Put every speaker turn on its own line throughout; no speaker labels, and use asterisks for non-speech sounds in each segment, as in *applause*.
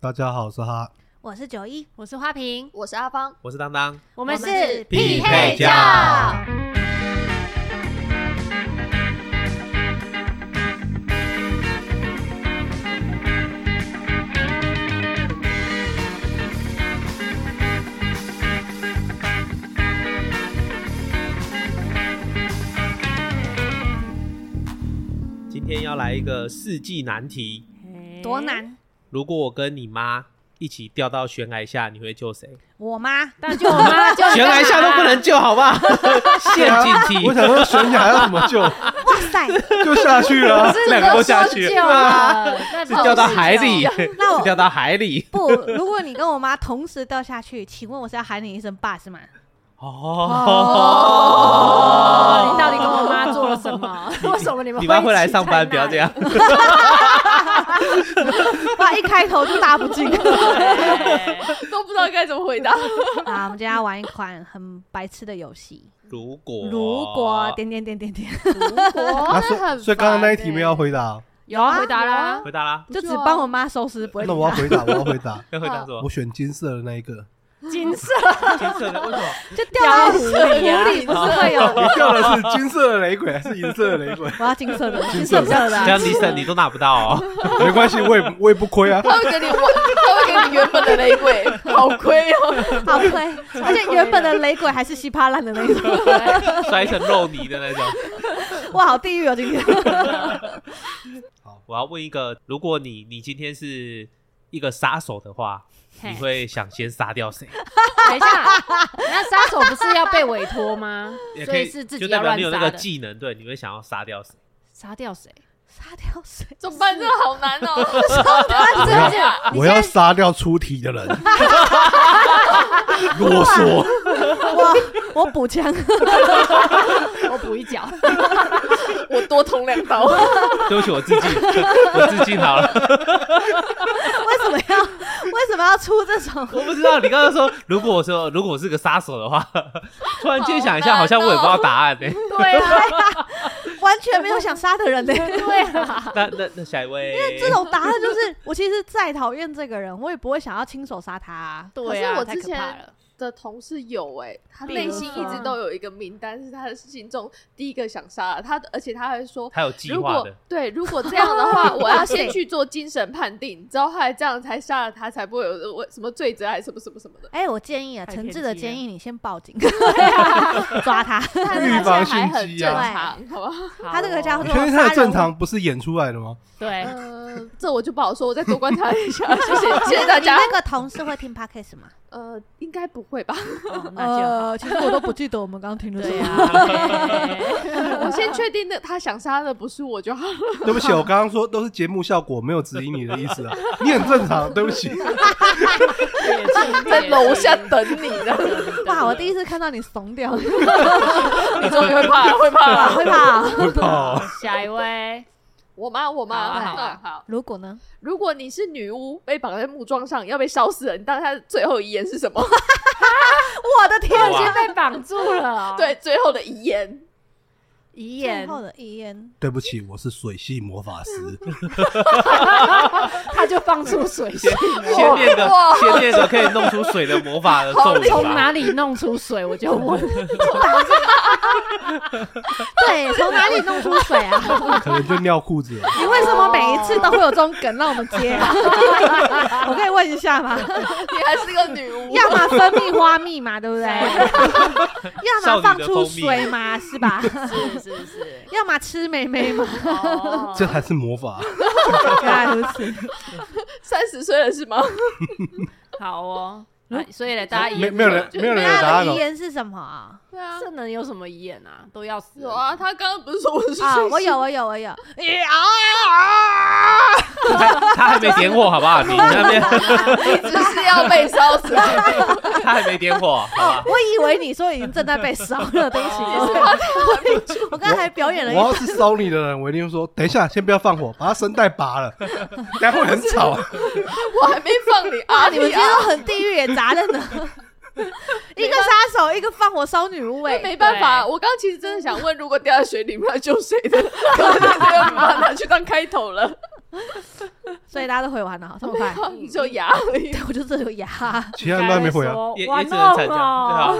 大家好，我是哈。
我是九一，
我是花瓶，
我是阿芳，
我是当当，
我
们
们
是
是
匹配教今天要来一个世纪难题。
多？难！
如果我跟你妈一起掉到悬崖下，你会救谁？
我妈
但就我妈
*laughs*
就
悬崖下都不能救，好不 *laughs* 好？陷阱题
啊我，想说悬崖要怎么
*laughs*
救？
哇
*laughs*
塞，
就下去了。啊
两个都下去啊
救
啊
了，那
是掉到海里，
那
是
我
掉到海里。
不，如果你跟我妈同时掉下去，请问我是要喊你一声爸是吗？
哦，
哦，
你到底跟我妈做了什么？为什么你们
你妈会来
一起
上
在
班，不要
那
*laughs* 这样。
哇，一开头就搭不
*laughs*
进。
*laughs* 都不知道该怎么回 *laughs* 答。
啊，我们今天要玩一款很白痴的游戏，
如果
如果点点点点点，
*laughs*
啊，
哦
哇
所以所以刚刚那一
欸
欸
题没有要回答，
有啊，回答
有
啦
啊，
回答啦，
就只帮我妈收拾，不会理
那我要
她。
回答，我要回 *laughs* 答。
要回答什
我
么？
选金色的那一个，
金色
金色的为什么？
就掉到湖
里啊
里，不是会有？
你掉的是金色的雷 *laughs* 鬼还是银色的雷鬼？
我要金色的，我
金
金
色
色
的
的
这
啊。
样 Lisa 你都拿不到 *laughs* 哦。
没关系，我也我也不亏啊。
他会给你我，他会给你原本的雷 *laughs* 鬼，好亏哦。
*laughs*
好亏，而且原本的雷鬼还是稀巴烂的那种，
摔成肉泥的那种。
哇，好地狱哦！今天
我要问一个，如果你你今天是一个杀手的话，
嘿
你会想先杀掉
*laughs*
谁？
等一下， *laughs* 那杀手不是要被委托吗？
也
所
可
以是自己
就
要
代表
乱
你有那
杀
个
的，
技能，对，你会想要杀掉谁？ *laughs*
杀掉谁？
杀掉谁？
*laughs* 怎么办？这个好难哦。
啊
*laughs*
我要我要杀掉出题的 *laughs* 人，啰嗦。
我我补枪，
我补一脚，
我多捅两刀。
对不起，我自尽， *laughs* 我自尽好了。 *laughs*
为什么要 *laughs* 为什么要出这种？
我不知道你刚刚说，如果我说如果我是个杀手的话， *laughs* 突然间想一下，
好难哦
好像我也不知道答案
*laughs*
欸呢。
对啊，
完全没有想杀的人呢、
对啊，
那那那下一位，
这种答案就是，我其实再讨厌这个人，我也不会想要亲手杀他、啊。
对啊，
可是我
太可
之前
怕了
*laughs* 的同事有哎、他
比如
内心一直
说
都有一个名单，是他的心中第一个想杀的他，而且他还说。
他有计
如
划
果
的，
对，如果这样的 *laughs* 话，我要先去做精神判定，之后后来这样才杀了他，才不会有我什么罪责还是什么什么
*laughs*
什么的。
哎、我建议啊，
太
诚
偏
挚的
激了
建议你先报 *laughs* 警，抓他。
但是
预
他
防
现在还
性
很
饥
正
啊
常，好吧？
他这个
哦
家伙
你确定他的正常不是演出来的吗？
对，
*laughs* 呃，这我就不好说，我再多观察一 *laughs* 下。谢谢，谢谢大家
你。那个同事会听 podcast 吗？
呃，应该不会吧？ *laughs*
哦那就好，，
呃其实我都不记得我们刚刚听的
对啊，
我先确定的，他想杀的不是我就好。
对不起，我刚刚说都是节目效果，没有指引你的意思啊。你很正常，对不起。
啊
在楼下 *laughs* 等你的，
*laughs* 哇，我第一次看到你怂掉，
你终于会怕了，会怕
*laughs*
了。
会吧？
会跑，
下一位，
我妈，我妈，
好啊
嗯
好啊
好。
如果呢？
如果你是女巫，被绑在木桩上要被烧死了，你当下的最后遗言是什么？
我的天
他已
啊，
经被绑住了，，
*laughs*
哦
对，最后的遗言。
遗
最
言，
后的遗言，
对不起，我是水系魔法师。
*laughs* 他就放出水 *laughs*
先先练个
哇
先练个可以弄出水的魔
*laughs*
法的咒语
从
吧。
哪里弄出水？我就 *laughs* 问，
对，从哪里弄出水啊？
*laughs*
可能就尿裤子了。
你为什么每一次都会有这种梗让我们接
*laughs*
啊？我可以问一下吗？
你还是个女巫，
要么分泌花蜜嘛，对不对？要么放出水嘛，是吧？
*laughs*
*laughs*
是是是，
要么吃妹妹嘛，
哦
这还是魔法，
原来
啊
如此。
三十岁了是吗？
好哦。那所以呢，大家遗
没
言
没有人没有人有答
那
案
的遗
哦。
言是什么啊？
对啊
这能有什么遗言啊？都要死
有
了
啊，，他刚刚不是说我是水
啊，
系
我有，我有，我有。哦
他他还没点火，好不好？你那边
*laughs*
一直是要被烧死，
他还没点火，好吧？
我以为你说已经正在被烧了，
*laughs*
对不起
哦
对不起。我刚才表演了
我
一
要是烧你的人，我一定会说：等一下，先不要放火，把他声带拔 *laughs* 了，然后很吵。啊
*laughs* 我还没放你
啊！
啊！
你们
你
今
啊
天都很地狱也砸了呢。
*laughs*
一个杀手，一个放火烧女巫，哎，
没办法，我刚刚其 *laughs* 实真的想问，如果掉在水里面要救谁的？可能这个把它拿去当开头了。
所以大家都回完了，这么
*laughs*
快？
你只有牙而已 *laughs*
对，我就只有牙，
*laughs* 其他人都还没回啊。
也也
玩
只
弄
能参加，对啊
哦，，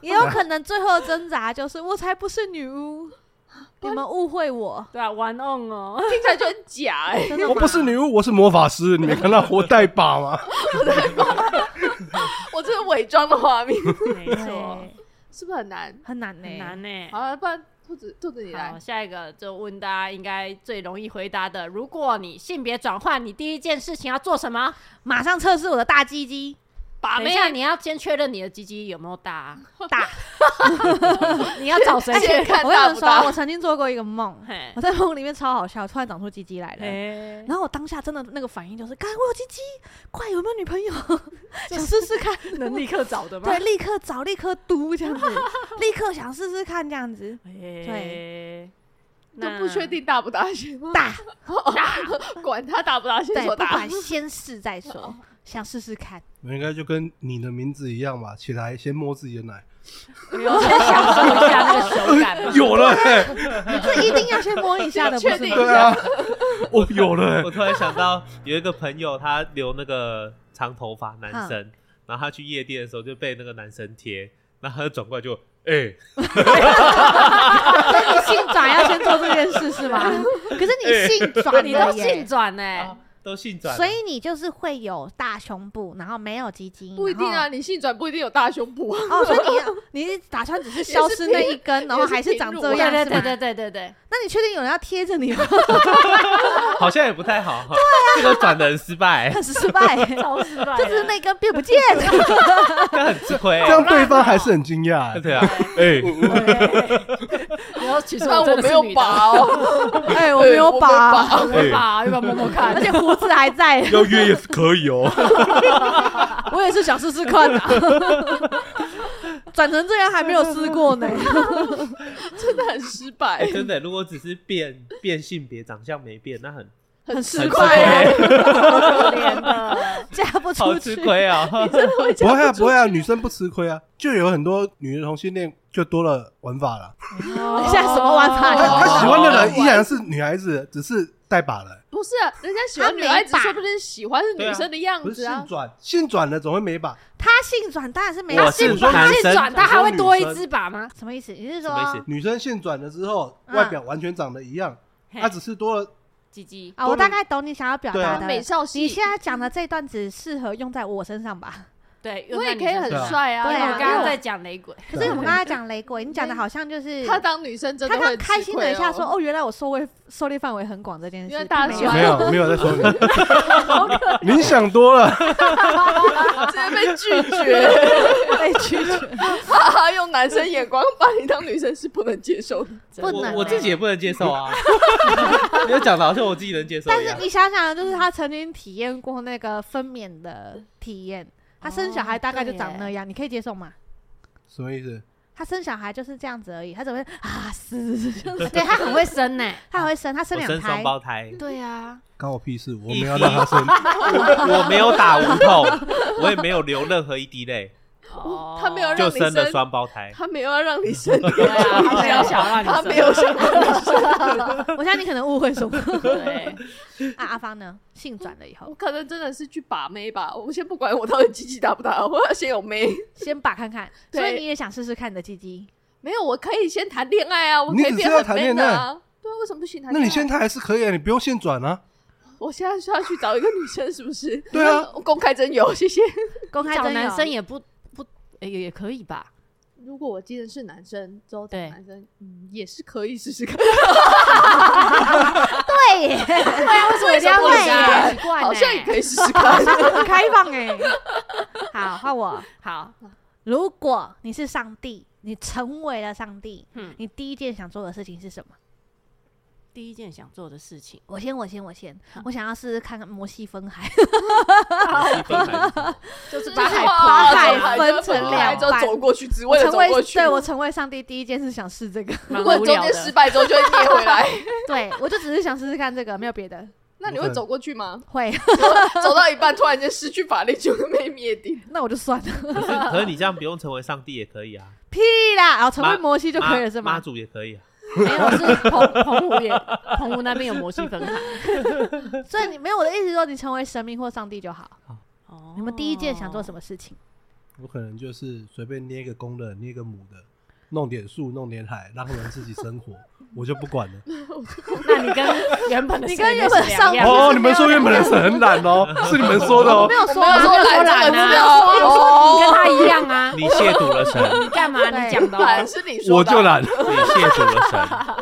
也有可能最后的挣扎就是我才不是女巫，你们误会我。
*laughs* 对啊，玩弄哦，
听起来就很假哎、
真的
我
吗
不是女巫，我是魔法师，你没看到活带把吗？
我这是伪装的画面，
*laughs* 没错，
对，
是不是很难？
很难呢、
很难呢。
好啊了，不然兔子兔子你来
好，，下一个就问大家应该最容易回答的：如果你性别转换，你第一件事情要做什么？
马上测试我的大鸡鸡，
把
等一
妹
下，你要先确认你的鸡鸡有没有大啊，
大。
你要
*laughs*
找谁
而且
确认？
哎看
我跟你
大
们
不
说
大，
我曾经做过一个梦，
*laughs* 嘿
我在梦里面超好笑，突然长出鸡鸡来了。
嘿
然后我当下真的那个反应就是，看我有鸡鸡，快有没有女朋友？想试试看，
能立刻找的吗？
对，立刻找，立刻嘟这样子，立刻想试试看这样子。
对，
都
那
不确。定大不大先说
大，
*laughs* 管他大不大先
对，
说
不
大
管。
*laughs*
先试再说，想试试看。
*laughs* 我应该就跟你的名字一样吧，起来先摸自己的奶，
不用先享受一下那个手
*laughs*
感吗？
有了、欸，
*laughs* 这一定要先摸一下的，不
确
是
定
吗
一
对
下，
*laughs* 啊，哦，有了、
*laughs* 我
欸，
突然想到有一个朋友，他留那个长头发男生，
嗯
然后他去夜店的时候就被那个男生贴，然后他就转过来就哎、
你性转要先做这件事是吗？可是你性转
*laughs* 你都
了
性
耶，
转呢
啊？都性转了，
*laughs* 所以你就是会有大胸部，然后没有鸡鸡，
不一定
嗯
啊，
然
你性转不一定有大胸部啊。
后。哦，所以你要你是打算只是消失那一根，然后还是长这
对
样
对
是吗
对？对对对对，
那你确定有人要贴着你吗？
好像也不太好
啊
哈，这个转的很
*laughs*
失败，
很失败，
*laughs* 超失败的，
就是那根变不见了。
这很吃亏、
这样对方还是很惊讶、欸。
对啊，哎、
然后其实
*laughs* 虽然
我
我
真的
没
是
有
女的，啊
拔哦，
哎，我
对
没有
我没
拔，
拔哦
我会拔，要不要摸摸看 *laughs*
而？且胡子还在，
要约也是可以
*laughs*
哦、
我也是想试试看的。转成这样还没有试过呢。
*laughs* 真的很失败
哎，真的，如果只是变变性别，长相没变，那很
很
*laughs* 很
失
吃
败啊。 *laughs*
亏，
可怜的，
嫁不
好
出
吃
去，
亏啊！
不会啊，不会啊，女生不吃亏啊，就有很多女的同性恋就多了玩法了。
现在什么玩法
她她喜欢的人依
哦
然是女孩子，只是带把了、
不是啊，人家喜欢女孩子，说不定喜欢是女生的样
不是
子
性
啊。
转，性转的总会没把。
他性转当然是没有
我
性
是
性转
男
啊性
生，
转它还会多一只把吗？
什么意思？你是
什么意
说
思
女生性转了之后，
嗯
外表完全长得一样，啊
嘿
她只是多了
鸡鸡，
啊？我大概懂你想要表
啊
达
啊
的。
美少系
你，现在讲的这段只适合用在我身上
*laughs*
吧？
对，
我也可以很
对啊
帅啊。
对
对
啊
因为
啊，我
我刚
刚刚
刚
在
在，
讲雷鬼，
可是我们刚才讲雷鬼，你讲的好像就是
他当女生真
他
的
刚
会很
开
吃
心
亏
了一下
哦 *laughs*
说：“哦，原来我受位狩猎范围很广这件
因
事。
为
并
大家
没
喜
有
欢
没有没有在说你，您想多了。
直接被拒绝，
被拒绝，
哈哈， *laughs* 用男生眼光把你当女生是不能接受的。
不能
我我
欸
自己也不能接
*laughs*
受啊！你要讲的好像我自己能接受
但
一
是
样。
你想想，就是他曾经体验过那个分娩的体验，他生小孩大概就
哦
长那样，你可以接受吗？
什么意思？
他生小孩就是这样子而已，他怎么会啊死？ *laughs*
对他很会生呢，
他还会生，他生
我
两
生
胎
双，胞胎，
对啊，
关我屁事，我没有让她生。
*laughs* 我没有打无痛，我也没有流任何一滴泪，
哦
他没有让
就
你
生了
生
双胞
*laughs*
胎。
他没有要 *laughs* 让你生，
对啊，他没有想让你生，
他没有想让你
*laughs*
生。
我相信你可能误会什么。
对，
*laughs* 啊，阿芳呢？性转了以 *laughs*
我
后，
可能真的是去把妹吧。我先不管我到底鸡鸡大不大， *laughs* 我要先有妹。
先把看看，
对
所以你也想试试看你的鸡鸡？
没有，我可以先谈恋爱啊，我可
你
以
只
变
是要
很
谈
man
恋
的
爱
啊。对啊，为什么不行？谈
那
恋
你
爱
现在还是可以，你不用性转啊。
我现在需要去找一个女生，是不是？
*laughs* 对啊，
*laughs* 公开真有，谢谢。
公开哦
找
真
啊男
有
生也不不也也可以吧？
如果我今天是男生，之后找
对
男生，嗯，也是可以试试 *laughs* 看。
对耶，
对
哎
啊，为什么一
*laughs*
定要
为什么
问啊？
不行
奇怪呢
好像也可以试
*laughs*
试看。
*laughs* 很开放哎。 *laughs* 好，换我。
好，
如果你是上帝，你成为了上帝，
嗯，
你第一件想做的事情是什么？
第一件想做的事情，
我先，我先，我先，
嗯
我想要试试看看摩西分
*laughs*
海，
一分还是
就是
就是
把海
把
哇
把
海
海
分成
分开
两
之后
半
走过去，只
我
为了
成
走
为
过去。
对我成为上帝第一件事想试这个，
蛮
如果
无
中
聊
间失
的。
败之后就会灭回来，
*laughs* 对我就只是想试试看这个，没有别的。
*laughs* 那你会走过去吗？
会，
*laughs* 走到一半突然间失去法力就会被灭顶，
那我就算了，
可是可是你这样不用成为上帝也可以啊，
屁啦，然后成为摩西就可以了是
妈
吗？
祖也可以啊。
没有是澎澎湖也澎湖那边有摩西分海。
所以你没有我的意思是说，你成为神明或上帝就好。
哦
你们第一件想做
么？
什么事情？
我可能就是随便捏一个公的，捏一个母的，弄点树，弄点海，让他们自己生活，我就不管了。
那你跟原本的
你
神
跟
也
原
是
本
两
上
样
哦
哦，你们说原本的神很懒哦，是你们说的
我
哦
没。有说
*laughs* 没有
啊，
说懒这个字哦，
你跟他一样啊，
你亵渎了神，
你干嘛？
对
你讲的
懒
哦，
是你
*laughs* 我
说的，啊
就懒，
你亵渎了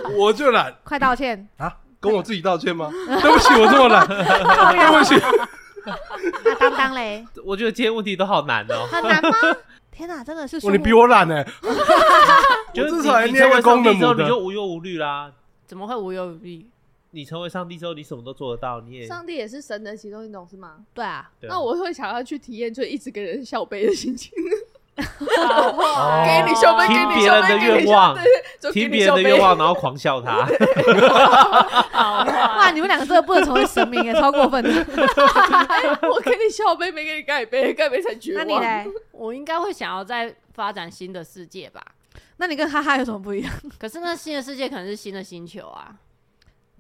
神，
我 *laughs* 就懒
快道歉。
*laughs*
啊！跟我自己道歉吗？对不起，我这么懒，对不起。
那啊当当嘞，
我觉得今天问题都好难哦。
*laughs* 很难吗？天哪，真的
*laughs*
是
哦哇，你比
我
我懒呢！
*laughs* 就
我
是
至
你
少还
你
捏
成
个
为
公
上
的
帝之
母
后，你就
的。
无忧无虑啦。
怎么会无忧无虑？
你成为上帝之后，你什么都做得到，你也
上帝也是神的其中一种，是吗？
对啊，
对啊
那我会想要去体验，就一直给人笑背的心情，
哦
*laughs* 给你笑背，给
听
你
别
笑
人的
背，给
愿
你笑
望
背，，对就给
听
你
别人
笑
的
背
愿望，然后狂笑他。
哇，你们两个真的不能成为神明，也超过分的。
*laughs*
哎我给你笑杯，没给你盖杯，盖杯才绝
那
望。
你嘞？
我应该会想要再发展新的世界吧。
那你跟哈哈有什么不一样？
可是那新的世界可能是新的星球啊，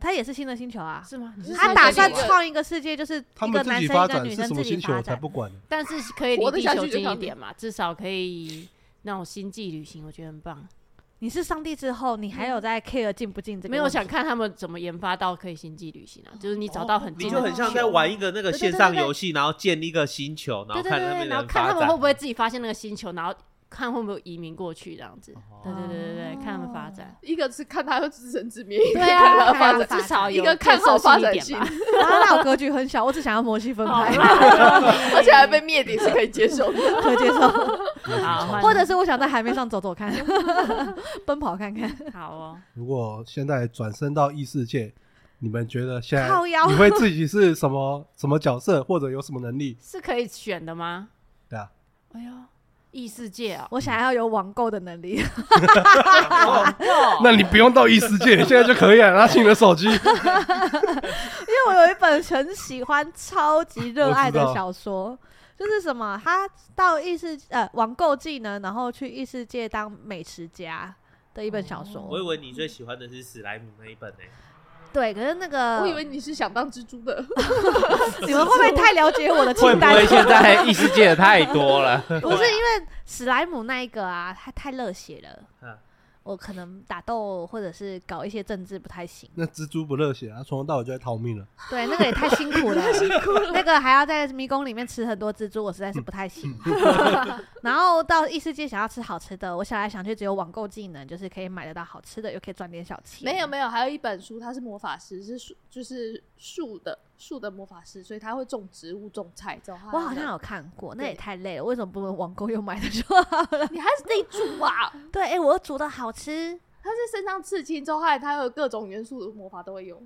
他也是新的星球啊，
是吗？你是
他
说
打
这
算
个
创一个世界，就是
他
一个
们自
男
己
生
发
一个
展
女
是
生
什
自
么
己
星球
发
我才
展
不。管呢。
但是可以
活
离
得
地
下
球
去就
近
靠
一
你
点嘛，至少可以那种星际旅行，我觉得很棒。
你是上帝之后，你还有在 care 进不进这个？
没
*laughs*
有，想看他们怎么研发到可以星际旅行啊，就是你找到很
你
近
就
的地
很像
球
在玩一个那个
对对
线
对
上
对
游戏，然后建立一个星球，然后
对对
看
对
他
对，
们
然后
人
看
发
他们会不
展。
会自己发现那个星球，然后看会不会有移民过去这样子。对对对对对，看他们发展。
一个是看他会自生自灭，
*laughs*
一个
对
看
啊，
他发
看
展
他。
至少有
一个看好发展
建设性
性
一点吧。 *laughs*
啊，那我格局很小，我只想要摩西分
*laughs*
好
开，
啦
而且还被灭顶是可以接受的。
可
*laughs*
接受。
好，换
或者是我想在海面上走走看，奔跑看看。
好哦，
如果现在转身到异世界，你们觉得现在
靠腰
你会自己是什么什么角色，或者有什么能力？
是可以选的吗？
对啊，
哎呦，异世界哦，
我想要有网购的能力，
哦
那你不用到异世界，现在就可以了。拿起你的手
*laughs*
机，
因为我有一本很喜欢、超级热爱
我知
的
道
小说，就是什么，他到异世呃网购技能，然后去异世界当美食家的一本小说。
我以为你最喜欢的是史莱姆那一本呢、
对，可是那个
*laughs* 我以为你是想当蜘蛛的，
你们会不会太了解我的
会
清
不
单？
会现在异世界的太多了？
不是因为史莱姆那一个啊，他太热血了。
嗯
我可能打斗或者是搞一些政治不太行，
那蜘蛛不热血啊，从头到尾就在逃命了。
*laughs* 对，那个 *laughs* 也太辛苦了，那个还要在迷宫里面吃很多蜘蛛，我实在是不太行。
嗯
*laughs* 然后到异世界想要吃好吃的，我想来想去只有网购技能，就是可以买得到好吃的，又可以赚点小钱。
没有没有，还有一本书，他是魔法师，是树就是树的树的魔法师，所以他会种植物种菜。之后他
我好像有看过，那也
对
太累了，为什么不能网购又买的 *laughs* 就好了？
你还是得煮啊，
对，哎、我又煮的好吃，
他是身上刺青之后，还他有各种元素的魔法都会用，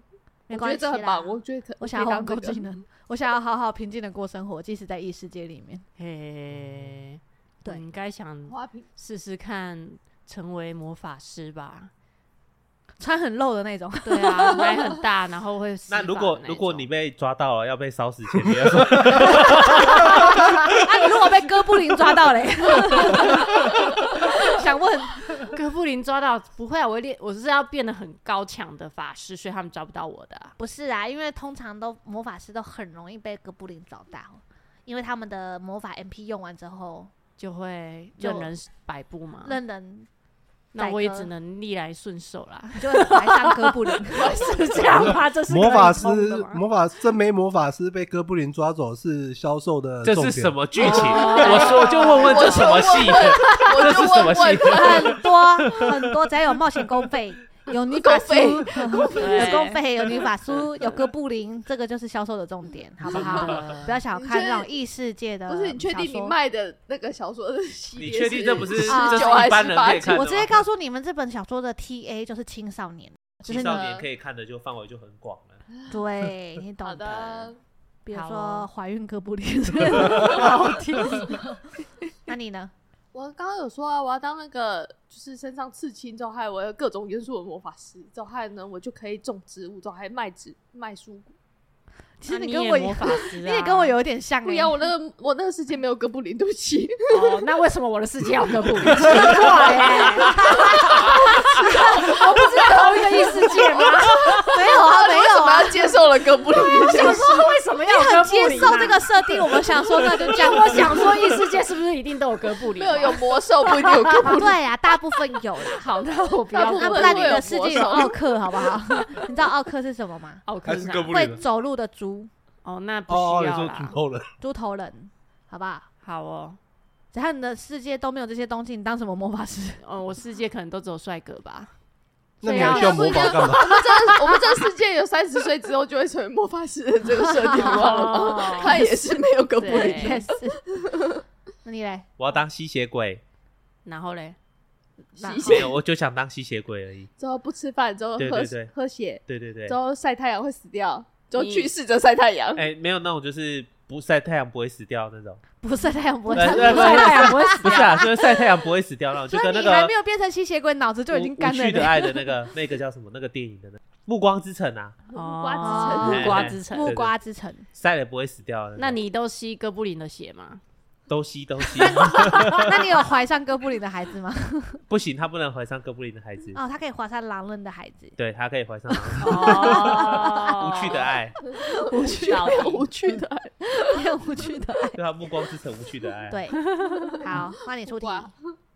没
我觉得
关系
这
啦。
很棒。我觉得可
我想要
可以
网
当这
购
个
技能，我想要好好平静的过生活，即使在异世界里面。
嘿，
对
我应该想
*laughs*
*laughs*
花瓶，
试试看成为魔法师吧。
穿很露的那 *laughs* 种，
对啊， *laughs* 奶很大，然后会施
那如
法
果
的
如果
种
你被抓到了，要被烧死前 *laughs* 面，要说
啊，你如果被哥布林抓到
*laughs*
嘞， *laughs* 想问
哥布林抓到，不会啊，我会练，我是要变得很高强的法师，所以他们抓不到我的啊、
不是啊，因为通常都魔法师都很容易被哥布林找到，因为他们的魔法 MP 用完之后，
就会
就
任人摆布嘛。
任人宰
那
割
我也只能逆来顺受
*laughs*
啦，
就会怀上哥布林。
是这样吗？这是可以
魔法师
通的吗，
魔法真没魔法师被哥布林抓走是销售的
这
重点。
是什么剧情？
哦
我说我就问问这什么戏？ *laughs*
我
这
就是
什么
问
戏
问？
*laughs* 很多很多，只要有冒险公费，有女法书，有
对
公
*laughs*
费，有女法书，有哥布林，这个就是销售的重点，好不好？
*laughs*
不要小看
你确
那种异世界的
*laughs* 不
小说。
是你确定你卖的那个小说的系列？
你确定这不是
十
啊
这是
九还
一
是
般人可以看的吗？
我直接告诉你们，这本小说的 TA 就是青少年，就是
青
你
少年可以看的就范围就很广了。
对你
好
懂
的。，
比如
好
说
哦
怀孕哥布 *laughs* 林，好听。 *laughs* 那你呢？
我刚刚有说啊，我要当那个就是身上刺青之后，还有我有各种元素的魔法师之后，还有呢，我就可以种植物，之后还卖植卖蔬果。
其实
那
你
你
跟
也
我
魔
有
法师、啊，
*laughs* 你也跟我有一点像欸，
不一样，我那个我那个世界没有哥布林，对不起。
哦，那为什么我的世界要跟不一
真
样？ *laughs*
的欸
我不是同一个异世界吗？
没有 *laughs* 啊，没
*laughs* 为什
有啊
么，要接受了哥布林？
想说为什么要有
你
哥
很
布
接
林、
受这个，设定，我们想说那就这
但
样。
我想说异世界是不是一定都有哥布
*laughs*
林
没
啊？
有有魔兽不一定有哥布林。
*laughs*
*laughs*
对呀，大部分有啦。
好， *laughs* 那我不
大
要
部
那
分
不
哥
然
布
你
林
的世界有奥克好不好？你知道奥克是什么吗？
奥克
还是哥
纳
布
会
林啊？
走路的猪，
哦，那不
哦，
需
你
要
说
啦
主。头人，
猪头人，好不好？
好哦，
只要你的世界都没有这些东西，你当什么魔法师？
嗯，我世界可能都只有帅哥 *laughs* 吧。
那你
对啊
还需要魔法干嘛？
我们这我们这个世界有三十岁之后就会成为魔法师的这个设定，
哦
*laughs*
忘了吗？他也是没有哥布林。
对
也是。那你嘞？
我要当吸血鬼，
然后嘞，
吸
没
血，
有，我就想当吸血鬼而已。
之后不吃饭，之后
对
喝
对对
喝血，
对对对
之，后晒太阳会死掉，之后去世者晒太阳。
哎，没有那种就是不晒太阳不会死掉那种，
不是太阳不会
对
长
对
*laughs* 不会太阳不会死
不是啊，就是晒太阳不会死掉那种，就
所
跟
以
那
你还
个
没有变成吸血鬼，脑子就已经
无
干
无趣的
了。
爱的那个 *laughs* 那个叫什么那个电影的那《暮光之城》啊，
*laughs* 哦
木瓜
木瓜
之
之
城
城。
*laughs* 木
对
瓜之城，
晒了不会死掉的种。
那你都吸哥布林的血吗？
都吸
*laughs*
都吸，
哦那你有怀上哥布林的孩子吗？
不行，他不能怀上哥布林的孩子，
*laughs* 哦，他可以怀上狼人的孩 *laughs* 子。
对他可以怀上狼 *laughs*
哦
无趣的爱，
哦
无趣
到底
无趣的爱，
没有无趣的。
对他目光之城无趣的爱。，
对，好，换你出题。
哇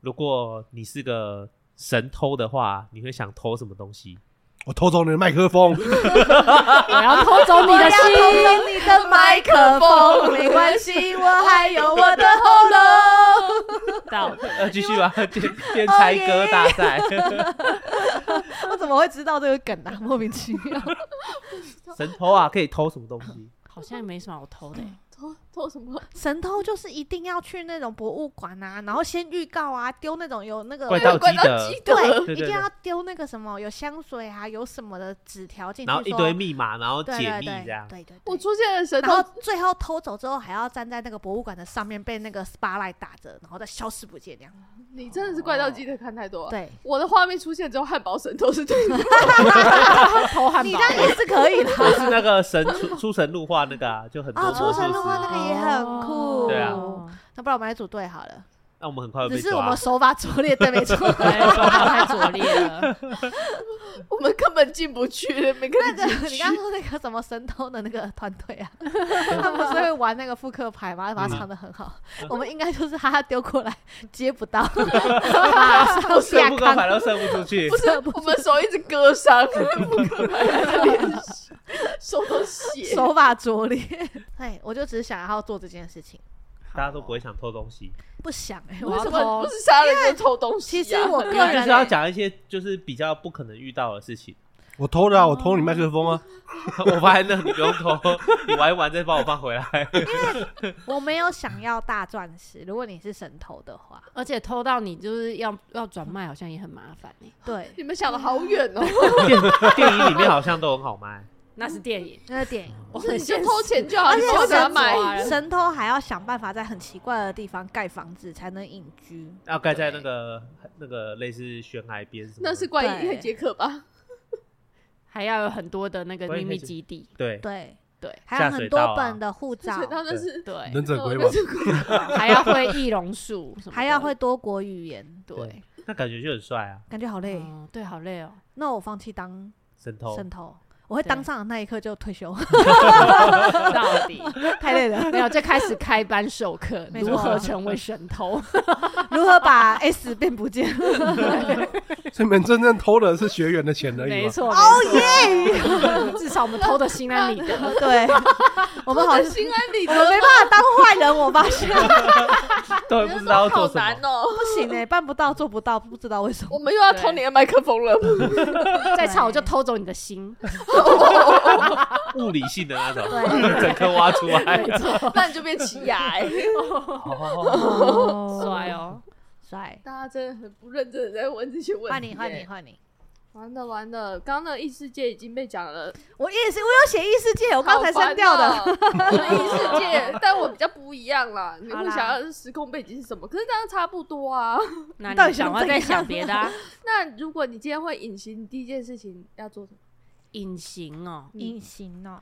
如果你是个神偷的话，你会想偷什么东西？
我偷走你的麦克风，
我要偷走你的心。
你的麦克风，没关系，我还有我的喉咙。
到底
*laughs* 呃，继续吧，变变猜歌大赛，
哦我怎么会知道这个梗啊？莫名其妙。
*laughs* 神偷啊，可以偷什么东西？
好像也没什么好偷的欸。
偷偷什么？
*laughs* 神偷就是一定要去那种博物馆啊，然后先预告啊，丢那种有那个
怪盗基
对，
德，对对
一定
对
要丢那个什么有香水啊，有什么的纸条进去
然
说，
后一堆密码，然后
对
解
对
密
对
这样。
对对
我
对。
出现了神
然后
偷，
最后偷走之后，还要站在那个博物馆的上面，被那个 spotlight 打着，然后再消失不见那样。
你真的是怪盗基德看太多。，
对，
我的画面出现之后，汉堡神偷是对的。
偷汉
你
堡
这，样也是可
*laughs*
以的。
我是那个神出 *laughs* 出神入化那个啊，就很多
哦，出
魔术
神入化
师。
那个也很酷。
对啊
哦
那不然我们来组队好了。
那我们很快会
只
被
是我
抓
们。手法拙劣， *laughs* 对，没错。
*laughs*
哎手法太拙劣了。
我们根本进不去，没
那
看
个
进
你
去。
刚刚说那个什么神偷的那个团队
*laughs*
啊，他们不是会玩那个复刻牌吗？把它唱的很好。
嗯
我们应该就是他丢过来接不
*laughs*
到，马 *laughs* 上
射
下
不够牌
康。
都射不出去
不，
*laughs*
是，我们手一直割伤， *laughs* 不可能的脸，手都血。
手法拙 *laughs* 劣，哎，我就只是想要做这件事情，
*laughs* 大家都不会想偷东西。
不想哎、
为
我
什
要
么
偷
不。是杀人就偷东西、
其
啊？
实我个
就
人
是要讲一些就是比较不可能遇到的事情。
我偷的啊，我偷你麦克风啊，
*laughs* 我发现那你不用偷，你玩一玩再帮我放回来。
我没有想要大钻石。如果你是神偷的话，
而且偷到你就是要要转卖，好像也很麻烦欸
对，
你们想的好远哦，
电电影里面好像都很好卖，
那是电影，
那个电影。
我
是
很
你就
现
偷
实
钱就好，
而
你
且
不要给他
神
买。
抓人
神偷还要想办法在很奇怪的地方盖房子才能隐居。
要盖在那个那个类似悬崖边什么的。
那是怪医
对
和杰克吧？
还要有很多的那个秘密基地，
对，
对
对
还有
下水
很
道啊
多本的护照，
他那是
哎对，
*laughs*
忍者
哦
龟
那
嘛，
是鬼
还要会易容术什么的，
还要会多国语言，
对，
那感觉就很帅啊，
感觉好累。
嗯，对，好累哦，
那我放弃当
神偷。
神偷，我会
对
当上的那一刻就退休，
到底
太累了。
没有就开始开班授课，
没错
如何成为神偷？
如何把 S 变不见？
所以你们真正偷的是学员的钱而已
没
嘛。
错，哦耶！至少我们偷的心安理得，
*laughs* 对， *laughs* 我们好像
心安理
我
*laughs*
们
得，
没办法当坏人，我发现
都不知道要
好
做什
难
么。
哦。
*laughs* 不行哎，办不到，做不到，不知道为什么。
我们又要偷你的麦克风了，
再吵我就偷走你的心，
物理性的那种， *laughs*
对
整颗挖出来
没。错，
不然你就变奇牙
*laughs*
哎。*laughs*
哦
帅哦，
帅，
大家真的很不认真的在问这些问题。
换你，换你，。换你。
完了完了，刚刚那个异世界已经被讲了，
我异世，我有写异世界，我刚才删掉的。
好烦哦。我的异世界，但我比较不一样啦。你
好
会
啦
想要时空背景是什么？可是这样差不多啊。
那
到底
你
想
想要
怎
再
样
想别的啊？
那如果你今天会隐形，你第一件事情要做什么？
隐形哦，
隐形哦，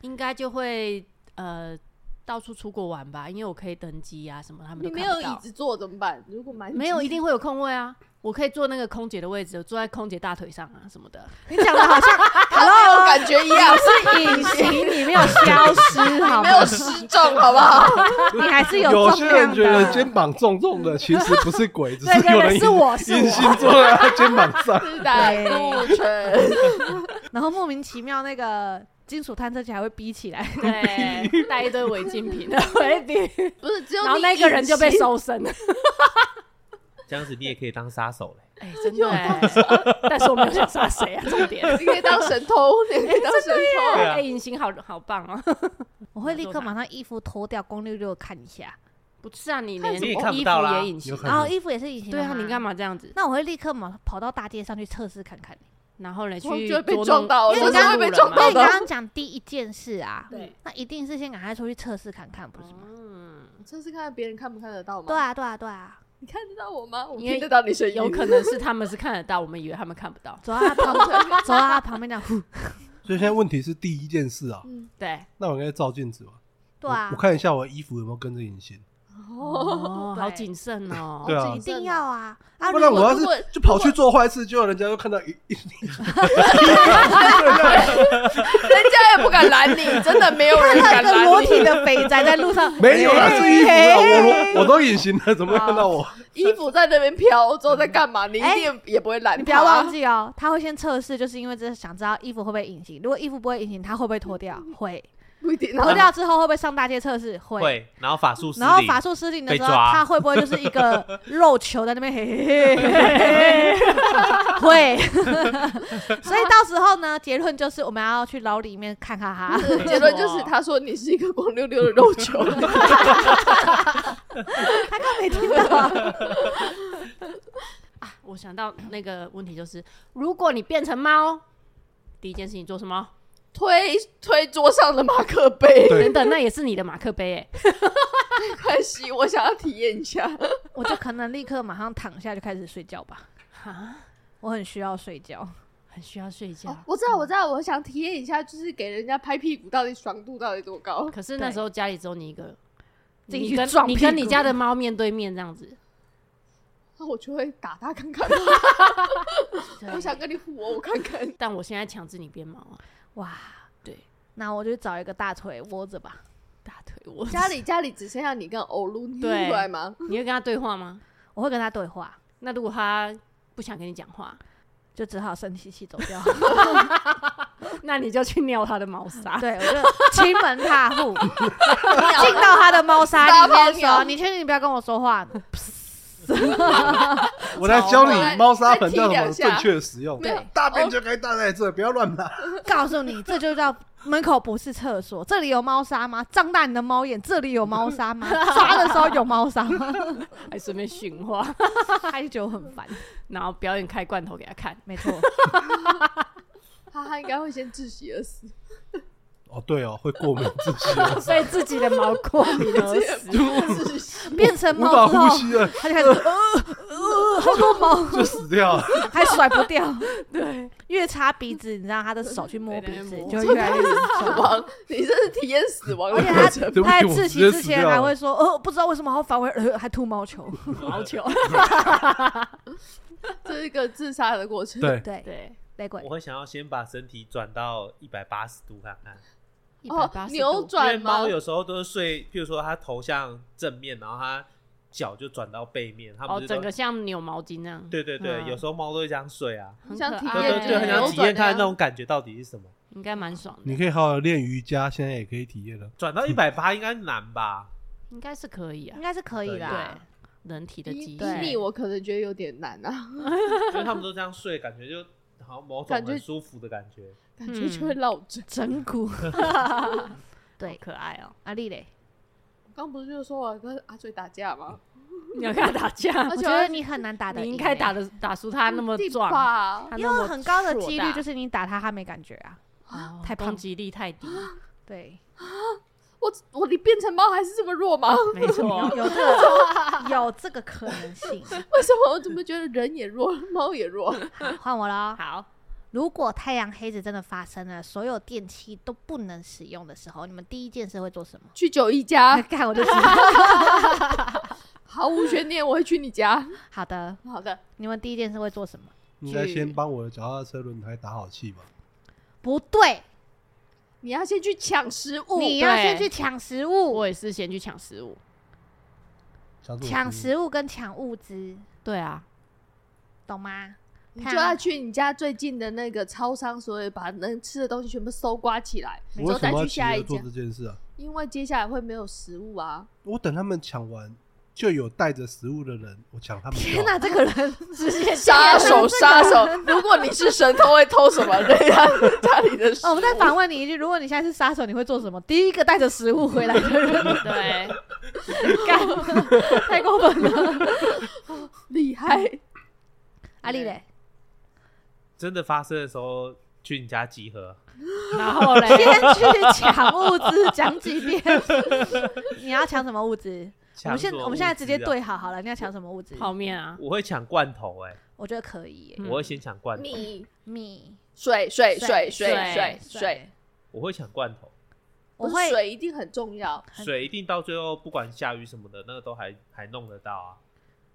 应该就会呃到处出国玩吧，因为我可以登机啊什么，他们
你
都
没
看
有
不
椅
到
子坐怎么办？如果买
没有一定会有空位啊。我可以坐那个空姐的位置，我坐在空姐大腿上啊什
*laughs*
么的。你讲的好像
没有感觉一样，
是隐形，你没有消失，好
没
吗？
有失重，好不好？
你还是有
有
重
些人
量
觉得
的。
肩膀重重的，其实不是鬼，只
对
是
对
有
对，
人
是我是
硬
我。
性坐在他肩膀上。
是的，陆晨，
然后莫名其妙那个金属探测器还会逼起来，
对，带一堆违禁品
*laughs*
的回避，
不是只有你
然后那个人就被
隐形
搜
*laughs*
身了。
这样子你也可以当杀手嘞。
哎，真的欸，但是我没有想杀谁啊，重点。
你可以当神偷，你可以当神
对啊
哎，隐形好好棒哦。
我会立刻马上衣服脱掉，光溜溜看一下。
不是啊，你连
你也
我
看不
衣
到
服
啦
也隐形
有，可能
然后衣服也是隐形的
对啊，你干
嘛？
嘛这样子？
那我会立刻马跑到大街上去测试看看。欸
然后呢，去
偷，就会被
捉弄
撞到，我
因为
真
你
的
刚
哦会被撞
那
到
你刚
*laughs* 的。
刚讲第一件事啊，
对，
那一定是先赶快出去测试看看，不是吗？
嗯，
测试看看别人看不看得到吗？
对，啊，对啊，对啊。
你看得到我吗？我
因为
听得到你声音，
有可能是他们是看得到，我们以为他们看不到。
走到他旁，走到他旁边讲，呼
所以现在问题是第一件事啊，
嗯
对，
那我应该照镜子吧？
对啊
我，我看一下我衣服有没有跟着隐形，
哦，
对
好谨慎哦。
对啊
一定要啊啊！
不然
如
我
果
要是
如果
就跑去做坏事，结果人家就看到一一，
人家也不敢拦你，真的没有人
看到一
敢
个裸
拦你。
体
*laughs*
的肥宅在路上
没有啦，是衣服啦，我我我都隐形了，怎么会看到我？
衣服在那边飘，我之后在干嘛？你一定也不会拦他。
你不要忘记哦，他会先测试，就是因为这想知道衣服会不会隐形。如果衣服不会隐形，他会不会脱掉？
*laughs*
会。
不一定啊，
脱掉之后会不会上大街测试？会。
会，然后法术失
然后
灵，
法术失灵的时候，
被抓
他会不会就是一
*laughs*
个肉球在那边嘿嘿嘿嘿嘿？
*laughs*
会。所以到时候呢，结论就是我们要去牢里面看看他。
对结论就是他说你是一个光溜溜的肉球，
他刚没听到，
我想到那个问题就是，如果你变成猫，第一件事情做什么？
推推桌上的马克杯。
对
等等，那也是你的马克杯哎。
没关系，我想要体验一下。
我就可能立刻马上躺下就开始睡觉吧。
哈，
我很需要睡觉。
很需要睡觉
哦。我知道，我知道，我想体验一下，就是给人家拍屁股到底爽度到底多高。
可是那时候家里只有你一个，
自己
你
去
跟
撞
你
屁
跟你
股
家的猫面对面这样子。
那我就会打他看看，我想跟你互殴，我看看。
但我现在强制你变猫啊，
哇，
对，
那我就找一个大腿窝着吧。
大腿我。
家里家里只剩下你跟欧露，你
对
认出来吗？
*laughs* 你会跟他对话吗？
我会跟他对话，
那如果他不想跟你讲
*laughs*
话，
就只好生气气走
*laughs*
掉。
那你就去尿他
*laughs*
的猫砂。
对，我就亲门踏
*laughs*
户，进到他的猫砂里面的时候，你确定你不要跟我说话？
我来教你猫砂盆叫什么正确的使用
没有。
大便就该大在这，不要乱拉。
告诉你，这就叫门口不是厕所，这里有猫砂吗？张大你的猫眼，这里有猫砂吗？抓的时候有猫砂吗？
还顺便训
*laughs*
话，
他就觉得我很烦。
*laughs* 然后表演开罐头给他看。
没错，
哈哈，应该会先窒息而死。
哦，对哦，会过敏窒息
啊
哦，
所以自己的毛过 *laughs* 敏而死，
变成
无法
猫之
呼
后，
吸了 *laughs*
他就开始呃呃，好多毛，
就死掉了。
还甩不掉。对，越擦鼻子，你让他的手去摸鼻子，就越来越严
死
重。
亡，你这是体验死亡
而
的
且
过
他
程。
对不
他在
起，我
窒
直
息
接
之
死
前
掉
还会
了。
说，呃，不知道为什么好反胃，呃，还吐毛球。
毛球。
这是一个自杀的过程。
对，
对，
对，
雷鬼
我会想要先把身体转到一百八十度看看，
哦，扭
因为
转吗
猫？有时候都是睡，譬如说它头向正面，然后它脚就转到背面，它
哦
们，
整个像扭毛巾那样，
对对对，
嗯
有时候猫都会这样睡啊，
很
像
可
体
对
爱
验
对
啊
对，很想
扭
体
转
验看
啊
看那种感觉到底是什么。
应该蛮爽
你
的，
可以好好练瑜伽，现在也可以体验了。
转到一百八应该难吧？
应该是可以啊
应。该是可以
对
啦
对。，人体的
以
极
以
对
你
限。
我可能觉得有点难啊，
因为他们都这样睡，感觉就好像某种
感觉
很舒服的感觉。
感觉就会落枕。
整蛊。
好可爱
*laughs*
哦！
阿丽嘞，
刚不是就说我跟阿水打架吗？
你要跟他打架
而
我，
且
觉得你很难打的，
你应该打。的打输他那么
地
壮，
吧
他
因
那
为
么
很高的
硕
几
大
率就是你打他，他没感觉啊。
哦
太胖
攻击力太低，
对， *laughs*
我我你变成猫还是这么弱吗？ *laughs*
没错，
*laughs* 有这个有这个可能性。
为什么我怎么觉得人也弱，猫也弱？
*laughs* 好，换我了。哦
好，
如果太阳黑子真的发生了，所有电器都不能使用的时候，你们第一件事会做什么？
去九一家，
*laughs* 看我就知道。
毫无悬念，我会去你家。
好的，
好的，
你们第一件事会做什么？
应该先帮我的脚踏车轮胎打好气吧。
不对，
你要先去抢食物，
你要
对
先去抢食物，
我也是先去抢食物。
抢什么
抢
食物
食物跟抢物资，
对啊，
懂吗？
你就要去你家最近的那个超商，所以把能吃的东西全部搜刮起来，然
我
后
为什
再
么要
去
急
下一
着做
家
这。件事啊？
因为接下来会没有食物啊，
我等他们抢完，就有带着食物的人，我抢他们。
天哪，，这个人直接
杀手，杀手！如果你是神偷，会偷什么人家家里的食
*laughs*
哦，我们再反问你一句：如果你现在是杀手，你会做什么？第一个带着食物回来的人，
对，
干，太过分了。
厉害！
*laughs* 阿丽嘞，
真的发生的时候去你家集合，
然后
*laughs* *laughs*
嘞，
先去抢物资，讲几遍。 *laughs* 你要抢什么物资？我
抢
们现
什么
我们现在直接
物资啊，
对好好了，你要抢什么物资？
泡面啊，
我会抢罐头哎、
我觉得可以耶。
嗯
我会先抢罐头，
你
米、
水水水
水
水水，
我会抢罐头，
我
不是
会
水一定很重要，
很
水一定到最后不管下雨什么的，那个都还还弄得到啊，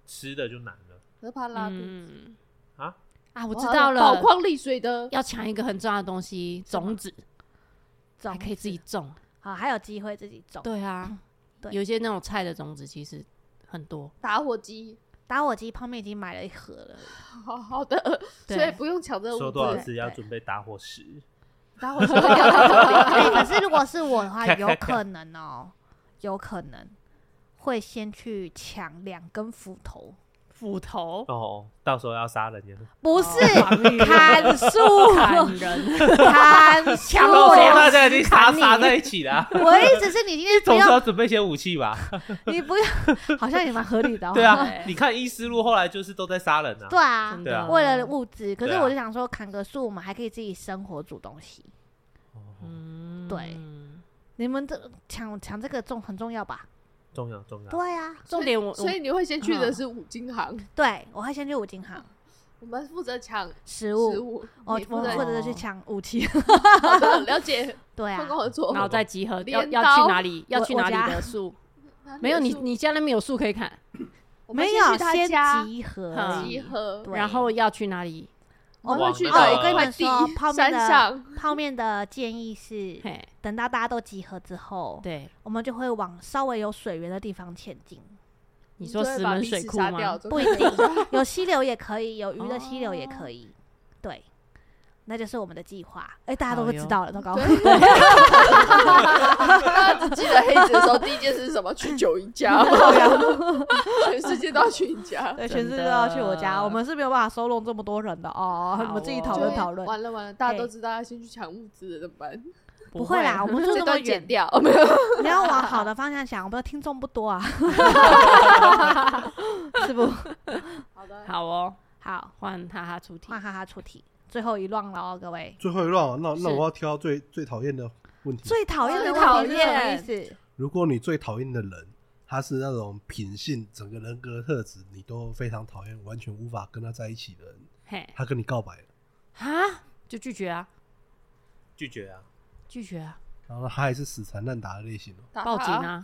吃的就难了
可是怕拉肚子。
嗯
啊。
啊，我
我
知道
宝
了，
矿力水的
要抢一个很重要的东西，种子
种
还可以自己
子
种。
好，还有机会自己种。
对啊，
对
有一些那种菜的种子其实很多，
打火机，
打火机泡面已经买了一盒了，
好好的，
对
所以不用抢这个
说
物
多少
资。
次要准备打火石？
打火机会掉到这里，
哎，可是如果是我的
*laughs*
话，有可能哦，有可能会先去抢两根斧头，
斧头
哦，到时候要杀人呀！
不是
防御
砍树，
哦砍人，
*laughs* 砍树。
抢
到
哦我
时候
要
大家已经杀
砍你
杀在一起
*laughs*
了啊，
我的意思是你今天不
总是
要，
要准备一些武器吧？
你不要， *laughs* 好像也蛮合理的、哦。
*laughs* 对啊
对，
你看伊斯路后来就是都在杀人啊。
对啊，
真
对啊
的
为了物资，可是
对啊
我就想说，砍个树，我们还可以自己生火煮东西。
哦
*laughs* 嗯
对你们这抢抢这个重很重要吧？
重要重要，
对啊，
重点我
所以你会先去
嗯
的是五金行，
对我会先去五金行
我们负责抢
食
食
物，
物，
哦
你，
我
负责
们
在
负责去抢武器。 *laughs*
好的了解，
对啊
分，工合作
然。后再集合，要
镰刀
要去哪里？要
我
去哪
我家
里的树？没有你，你家那边有树可以砍，
没有
有他
先
家
集合
嗯，
集合，
对
然后要去哪里？
我
往
们去
那
哦，
个
我跟你们说
地，
泡面
山
的
上
泡面的建议是，
嘿，
等到大家都集合之后，
对，
我们就会往稍微有水源的地方前进。
你说
就会
石
把
门
彼
水
此
库
杀
吗
掉？
不一定， *laughs* 有溪流也可以，有鱼的溪流也可以。对，那就是我们的计划。哎、大家都
好
知
哟
道了，糟 *laughs* 糕。
大家记得黑子的时候，第一件事是什么？去九一
*laughs*
家，
啊
*laughs* 全世界都要去你家。
对，
真
全世界都要去
的
我家，我们是没有办法收容这么多人的哦。
好
我们自己
哦
*laughs* 讨
就
论
会
讨论。
完了完了，大家都
嘿
知道要先去抢物资了，怎么
*laughs*
办？
不会啦，我们住这
这
么
段剪
远，
掉， *laughs* 没有
你要往好的方向想。我们的听众不多啊， *laughs* 是不？
好的，
好哦，
好，
换哈哈出题
换。哈哈出题，最后一浪了哦，各位。
最后一乱，那那
是
我要挑最最讨厌的问题。
最讨厌的
最
问
讨
题是什么意
厌
思？
如果你最讨厌的人，他是那种品性、整个人格特质你都非常讨厌，完全无法跟他在一起的人，
嘿，
他跟你告白了，
啊，就拒绝啊，
拒绝啊！
拒绝啊，
然后他还是死缠烂打的类型哦、
打
报警
他！
啊，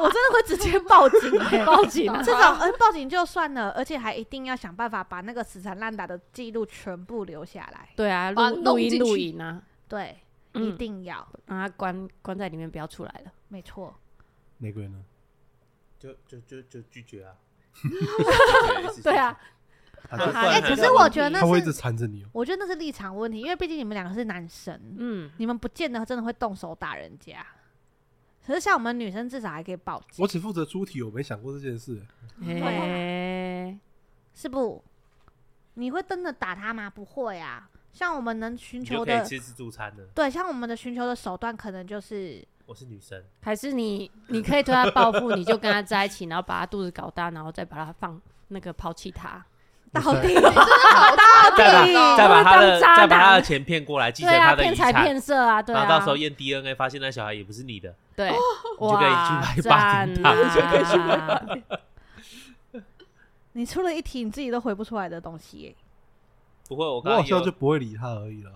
我真的会直接报警欸、
*laughs* 报警啊
打！
这种呃报警就算了，而且还一定要想办法把那个死缠烂打的记录全部留下来。
对啊，
把
录
它弄
录音
进
录
去
影啊，
对，一
嗯，
定要，
让他关关在里面，不要出来了。
没错。
玫瑰呢？
就就就就拒绝
*laughs*
啊！拒绝，
啊
他
哈
就
哈
哎、
哎
可
没
是
有
我
问
觉得
他会
那
一直
是，
缠着你哦、
我觉得那是立场问题，因为毕竟你们两个是男生，
嗯，
你们不见得真的会动手打人家。可是像我们女生，至少还可以报警，
我只负责出题，我没想过这件事、
啊
嘿，
是不？你会真的打他吗？不会啊。像我们能寻
你
求
就可以
的，
吃自助餐了。
对，像我们的寻求的手段，可能就是
我是女生，
还是你，你可以对他报复，你就跟他在一起，然后把他肚子搞大，然后再把他放那个抛弃他。
到
在
底
啊
再把再把他
会当
的
渣男
再把他的钱骗过来，继承
对啊，
他的遗
骗财
产，
骗色啊，对
然
啊。
后到时候验 DNA 发现那小孩也不是你的，*laughs*
对，
你就可以去买八
赞
点档
啊！
你出了一题你自己都回不出来的东西耶、 *laughs*
不会，我
我
刚
好
刚
像就
有
不会理他而已了。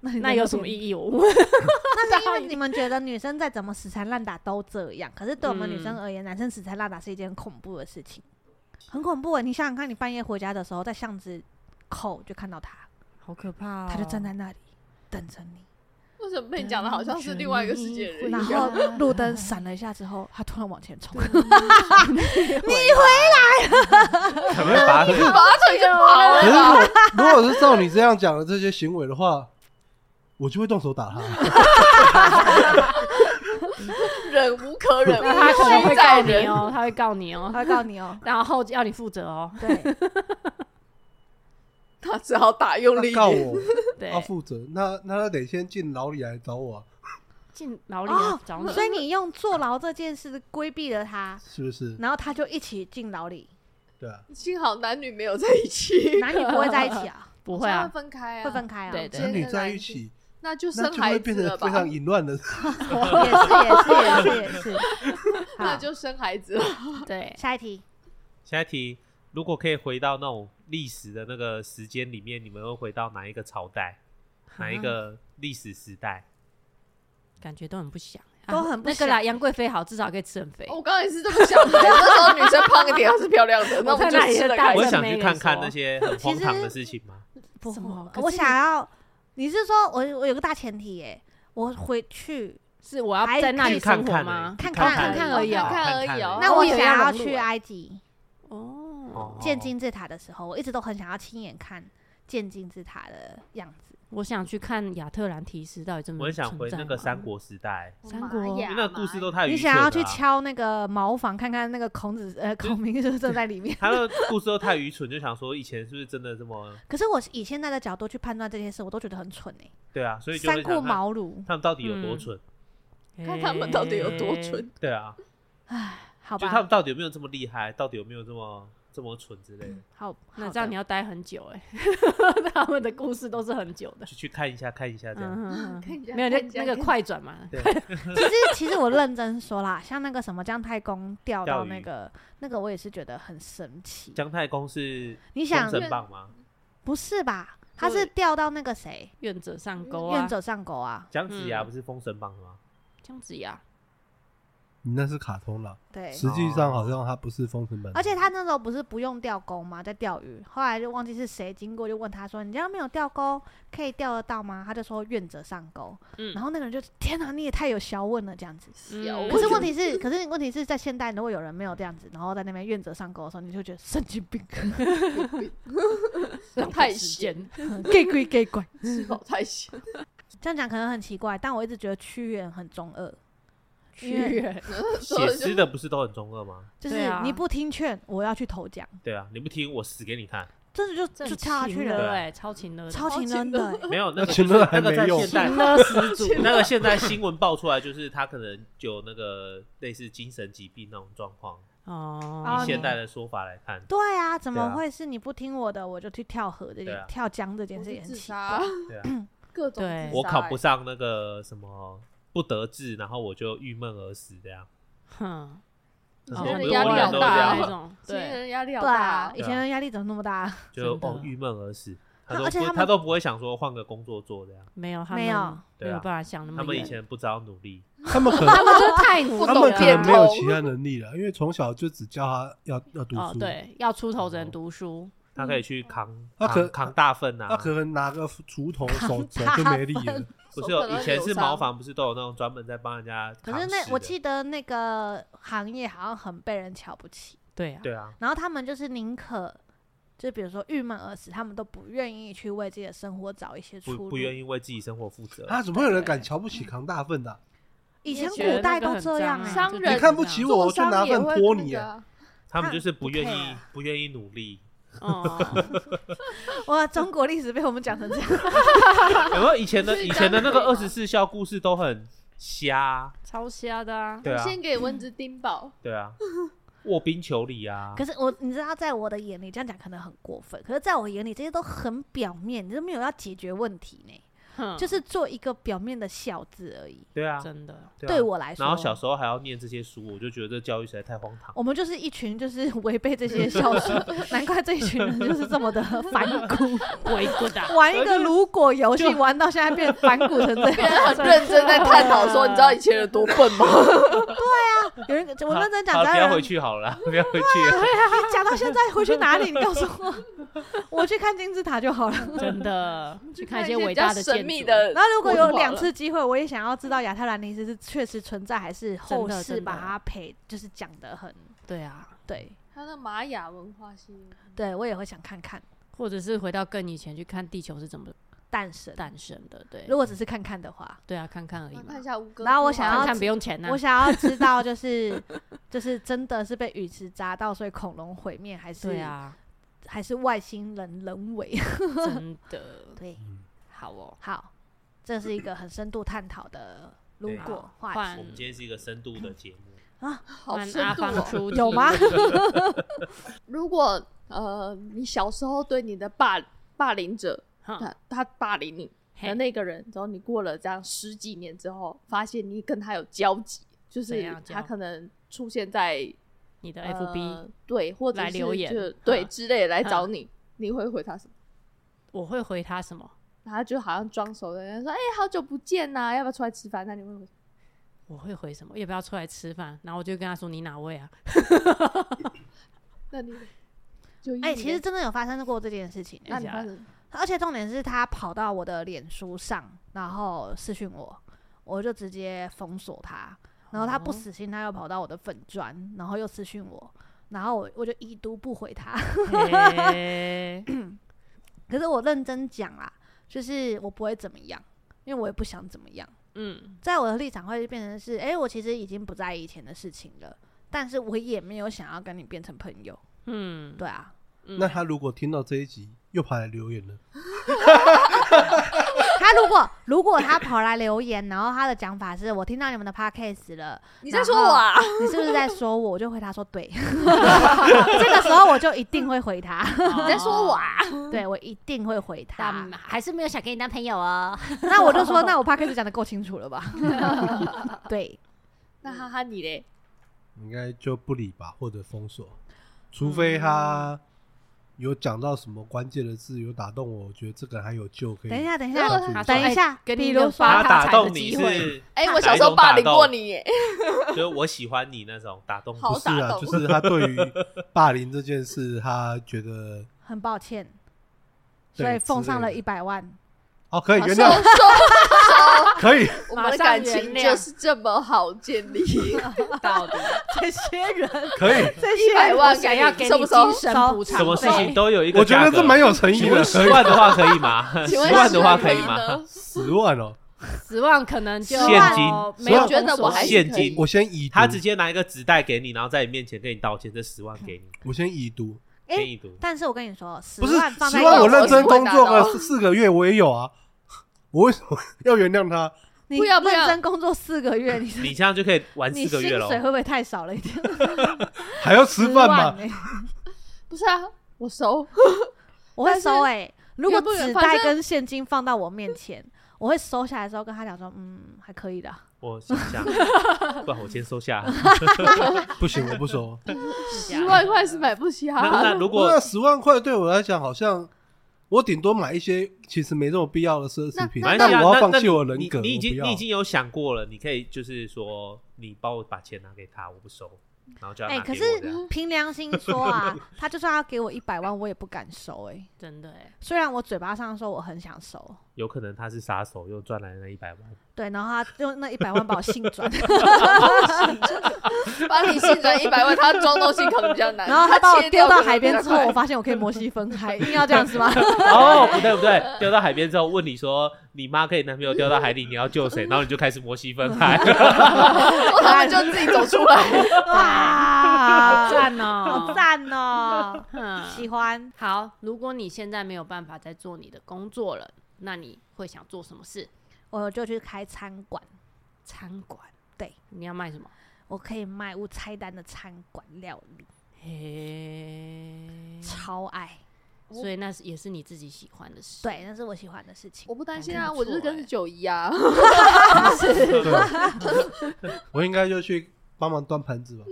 那有什么
义？
意义？我问
那是因为你们觉得女生再怎么死缠烂打都这样，可是对我们女生
嗯
而言，男生死缠烂打是一件很恐怖的事情，很恐怖欸。你想想看，你半夜回家的时候，在巷子口就看到他，
好可怕、哦
他就站在那里等着你。
为什么被你讲的好像是另外一个世界的人一
然
样？
后路灯闪了一下之后，他突然往前冲，
可能把他 *laughs*
拔腿就跑
啊可是
了。
如果如果是照你这样讲的这些行为的话，我就会动手打他。
忍无可忍，
那 *laughs* 他可能
无
会
需再
*laughs*
告你
忍。
哦，他会告你
我
哦，
会告你哦。
然后要你负责哦。
*laughs* 对，
他只好打用力
他。告我，
对，
哦
要负责。那那他得先进牢里来找我啊、
进牢里啊
哦
找你，
所以你用坐牢这件事规避了他，
是不
嗯
是？
然后他就一起进牢里，
对啊，
幸好男女没有在一起，
男女
*laughs*
不会在一起啊，
不
不
会啊，
分开啊，
会分开啊。
*laughs* 对对
男女在一起，
那就
那
生
就
孩
会变
子了
成非
吧
常，淫乱的。
也是也是也是也
*laughs*
是。
那
好，
就生孩子了。
对，
下一题，
下一题，如果可以回到那种历史的那个时间里面，你们会回到哪一个朝代，
啊
哪一个历史时代？
啊感觉都很不想，啊
都很不
那
想
个啦。杨贵妃好，至少可以吃很肥。
哦我刚刚也是这么想的，那时候女生胖一点还是漂亮的，那我
*laughs* 我看
们就
她也是
吃了
大
开
我
人
心。
想去看看那些很
其实
荒唐的事情吗？
不
什么
可
我
是
想要，你是说我我有个大前提耶，我回去，
是我要在那
去
里
看
生
看欸而
活
已
吗？
去
看
看
看
看而已哦
看
看而已哦
那我
以为
想
要
要
融入
去
欸
埃及
哦
哦，
建金字塔的时候，我一直都很想要亲眼看建金字塔的样子。
我想去看亚特兰提斯到底真
我很
的存在吗。
想回那个三国时代，
三国
因为那个故事都太
你
愚
想
蠢
要
了
去
啊。
敲那个茅房，看看那个孔子呃孔明是不是正在里面？
他的故事都太愚蠢，就想说以前是不是真的这么
*laughs* 可是我以现在的角度去判断这件事，我都觉得很蠢哎、
对啊？所以就
三
会
顾
想看
茅嗯庐，
他们到底有多蠢。
看他们到底有多蠢。
对啊，
好
就他
吧
们，到底有没有这么厉害，到底有没有这么这么蠢之类的，
好，
那
好
这样
的
*laughs*
你要待很久哎、他们的故事都是很久的。
就去看一下看一啊下这样。
嗯，
看一下
没有那
看一下
那个快转嘛，
其实其实我认真说啦，像那个什么姜太公钓到
钓鱼
那个那个，我也是觉得很神奇。
姜太公是
你想
公正棒吗？
不是吧？他是
对
钓到那个谁
愿者上钩啊
愿，者上钩啊？
姜子牙
嗯
不是封神榜的
*laughs*
吗？
姜子牙，
你那是卡通啦，
对，
实际上好像他不是封神榜。
而且他那时候不是不用钓钩吗？在钓鱼，后来就忘记是谁经过，就问他说：“你这样没有钓钩，可以钓得到吗？”他就说：“愿者上钩。”
嗯
然后那个人就天哪，你也太有学问了，这样子。
嗯
可是问题是， *laughs* 可是问题是在现代，如果有人没有这样子，然后在那边愿者上钩的时候，你就觉得神经病，
*laughs* 浪费
太
时间，
给鬼给鬼。
*laughs* 吃饱太闲，
这样讲可能很奇怪，但我一直觉得屈原很中二，
屈
*laughs*
原，
写诗的不是都很中二吗？
就
对
是
啊
你不听劝，我要去投降，
对啊，你不听我死给你看。
真的就就跳下去
这很情
了，
勒
啊
哎，超情勒的，
超情人的欸。
没有
*laughs*
那个
那情乐还
那个在
没用
现
情
代
勒始祖，
*laughs* 那个现
*laughs*
在新闻爆出来，就是他可能有那个类似精神疾病那种状况。
哦
哦，
以现代的说法来看，
*laughs* 对啊，怎
对
么
啊
会是你不听我的，我就去跳河这件、
对啊
跳江这件
我
事也很
是自
奇
杀
怪。，
对啊，
各种
对
自杀
我考不
欸
上那个什么不得志，然后我就郁闷而死这样。
哼，
就是
哦
我
人
们
压力
很
好
多人都
大
这
啊
样
那
嘛，
种，
现在
对，
人压力好
对啊
大，，
以前人压力怎么那么大？
就
真的
哦郁闷而死。他
那
都
而且他
不
们
他都不会想说换个工作做这样，
没有，他
没
们
有
对
没
啊
有办法想那么
他们以
远
前不知道努力，
他们可能
他们就是太努
*laughs*
力
不
他
懂
们
了
可
变
能
通
没有其他能力了，因为从小就只教他要要读
哦，
书。
对，要出头
哦
只能读书，
他可以去扛
他可
扛扛大粪
他
啊。
可能拿个锄头手手
大
就没力了，
不是
手
有
可能
以前是
扭伤
茅房，不是都有那种专门在帮人家扛
可是
屎
那
的
我记得那个行业好像很被人瞧不起，
对啊，
对啊，
然后他们就是宁可。就比如说郁闷而死，他们都不愿意去为自己的生活找一些出
不
路。
不愿意为自己生活负责。
啊，怎么会有人敢瞧不起扛大粪的啊？
以前
觉得
古代都这样
啊
哎、
商人
你看不起我，我
重
就
伤
拿
也
粪
会
泼
那
你
个
啊。
啊
他们
他
就是不愿
不
意
care
不愿意努力。
哦，
哇，中国历史被我们讲成这样，
然后以前的
是
以
这
前的
样
那个
可
二
以吗
十四孝故事都很瞎啊，
超瞎的啊，
对啊，
先给蚊子叮饱，
对啊，卧冰求鲤啊
可，是我，你知道，在我的眼里这样讲可能很过分，可是在我眼里这些都很表面，你都没有要解决问题呢。
哼
就是做一个表面的孝字而已。
对
*laughs*
啊，
真的，
对啊
对我来说，
然后小时候还要念这些书，我就觉得这教育实在太荒唐。
我们就是一群就是违背这些孝顺， *laughs* 难怪这一群人就是这么的反 *laughs* 骨，
鬼谷的
玩一个如果游戏玩到现在变反骨成这
别人
样
*laughs*
很。认真在探讨说，你知道以前人多笨吗？
有人我认真讲，
好
只
好不
要
要
有 *laughs*
回
人啊
去好了，不要回
*laughs*
去了。
你讲到现在回去哪里？你告诉我，我去看金字塔就好了。
真的，去看
看
一些
一些
伟
比较
大的
神
建
秘
筑
的
然后如果有
我懂了
两次机会，我也想要知道亚特兰蒂斯是确实存在，还是后
真的
世
真的
把它培就是讲的很
对啊，
对。
他那玛雅文化系，
对我也会想看看
或者是回到更以前去看地球是怎么
诞神，
诞生的，对，
如果只是看看的话，
对啊，看看而已
我
嘛
看一，下吴哥。
然后我想要
看看不用钱呐
我，想要知道就是就是真的是被陨石砸到，所以恐龙毁灭，还是
对啊，
还是外星人人为？
真的，
对，
好哦，
*laughs* 好，这是一个很深度探讨的如
对
果话
换
我们今天是一个深度的哦节目，
好
换
深
阿
度哦
芳出
有
题
吗？？
如果呃，你小时候对你的霸霸凌者，
哼
*laughs* 他他霸凌你
嘿
的那个人，然后你过了这样十几年之后，发现你跟他有交集，就
怎
是
样交
他可能出现在
你的
呃
FB，
对，或者
来
是
留言
就对
嗯
之类的来
嗯
找你，你会回他什么？
我会回他什么？
然后他就好像装熟的人说：“哎、好久不见呐、要不要出来吃饭？”那你会回
我会回什么？要不要出来吃饭？然后我就跟他说：“你哪位啊
那你就一
哎、
脸
其实真的有发生过这件事情、
那你发生
而且重点是他跑到我的脸书上，然后私讯我，我就直接封锁他。然后他不
哦
死心，他又跑到我的粉砖，然后又私讯我，然后我我就已读不回他。？” *laughs*
*laughs*
嘿嗯
可是我认真讲啦，就是我不会怎么样，因为我也不想怎么样。
嗯，
在我的立场会变成是，诶，我其实已经不在意以前的事情了，但是我也没有想要跟你变成朋友。
嗯，
对啊， *laughs*
那他如果听到这一集又跑来留言了，
他如果如果他跑来留言，然后他的讲法是我听到你们的 podcast 了，
你在说我
*laughs*
啊？
你是不是在说我？我就回他说对， *laughs* 这个时候我就一定会回他，
你
*laughs*
你在说我啊？
对我一定会回他
但。还是没有想跟你当朋友哦。
那我就说，那我 p 开始讲的够清楚了吧？对，
那哈哈你嘞？
应该就不理吧，或者封锁，除非他有讲到什么关键的字有打动我，我觉得这个人还有救可以。
等一下，等一
如
下
果，
他
*laughs*
说
啊
等一下
哎，给你
比
一个
如
发
说，
他
大
打
财
动
的
你
机
*laughs*
会
是，
哎、
哪
我小
一
时候
种
霸
打
凌
动
过你耶，
哎就是我喜欢你那种打动你。
不
好
是
打
啊，
动
就是他对于霸凌这件事，他觉得
很抱歉，
对
所以奉
之类
上了
的
一百万。
哦，可以
收
原
收
*laughs*
谅，
收，
可以，
我们的感情
马上原谅
就是这么好建
*laughs*
立，
到底
这些人，
可以，
*laughs*
这
一百万
我想要给
收不
你
收
精？神
收
补偿
什
费，
么事情都有一个
我觉
价格，
得这蛮有诚意
请
的
问，十万的话可以吗？
*laughs*
十
请问
万
是
的话
什
可以
么
吗？
呢？
十万哦，
十万可能就
现金
没有
我觉得
封锁
我还是
现
可以
金
我先已读，
他直接拿一个纸袋给你，然后在你面前跟你道歉，这十万给你，
我先已读，
哎
给你读。
但是我跟你说，十
不是
万放在
十万，我
我
认真工作
我
了四个月，我也有啊， *laughs* 我为什么要原谅他？
你
不要不
认
要
真工作四个月，你
你这样就可以玩
你
四
薪
个月了
水
哦。
会不会太少了一点？
还要吃
10
饭
万
吗？
欸
不是啊，我
*laughs*
熟。
我会
但是
收哎、如果
原不原
纸
反
袋
正
跟现金放到我面前，我会收下来之后跟他讲说，嗯，还可以的。
我想想，不然我先收下。
不行，我不收。
十万块是买不起
啊
哈
那那
哈。
如
那
果
十万块对我来讲，好像我顶多买一些其实没这么必要的奢侈品，
没关
但
系啊
我
那
要放
那
弃我的
你
人格，
你已经
我不要
你已经有想过了，你可以就是说，你帮我把钱拿给他，我不收，然后就要
哎、
拿
可
给我
是
这样。
凭良心说啊，他就算要给我一百万，我也不敢收哎、
真的哎，
虽然我嘴巴上说我很想收，
有可能他是杀手，又赚来了那一百万。
对，然后他用那一百万把我性转，
把你信转一百万，他装东西可能比较难。
然后他把我
切掉
丢到
可能
海
比
边
较
之后，我
快，
发现我可以摩西分开，硬要这样子吗？ *laughs*
*laughs* 哦，不对不对，丢到海边之后，问你说你妈跟你男朋友掉到海里，你要救谁？然后你就开始摩西分海。
*laughs* 然后他们就自己走出
*laughs*
来。
哇，
好赞
好
哦，
赞哦，喜
嗯
欢。
好，如果你现在没有办法再做你的工作了，那你会想做什么事？
我就去开餐馆，
餐馆，
对，
你要卖什么？
我可以卖无菜单的餐馆料理，嗯
嘿，
超爱。
所以那是也是你自己喜欢的事。
对，那是我喜欢的事情。
我不担心
感
啊，
觉不
我就是
错
跟
欸
着九姨啊。
对，啊我应该就去帮忙端盘子吧。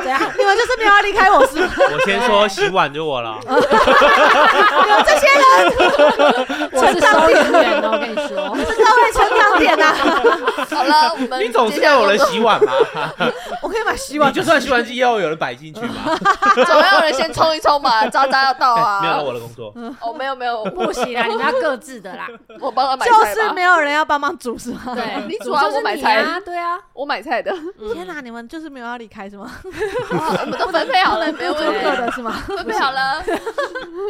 怎样？
*laughs* 你们就是没有要离开我 *laughs* 是吗？
我先说洗碗就我了，
*laughs* 我是收银员哦，我跟你说，
真的会成长点啊！
好了，我们
你总
接
是
下
要
来
有人
工作
洗碗吧？
*laughs* 我可以买洗
你
碗 *laughs*
就算洗碗机也要有人摆进去嘛。
总要有人先冲一冲吧，渣渣要到啊。
*laughs* 没有我的工作，
嗯
哦，没有没有，我
不行啊啦，你们要各自的啦。
我帮他买
就
菜
是
吧。
没嗯有人要帮忙煮是吗？
对，
你煮啊
就是
我买
你
菜
啊，对啊。
我买菜的，
天哪，你们就是没有要离开是吗？
好 *laughs* 我们都分配好了，没有
各 *laughs*
问
做各
题，
的是吗？
分配好了。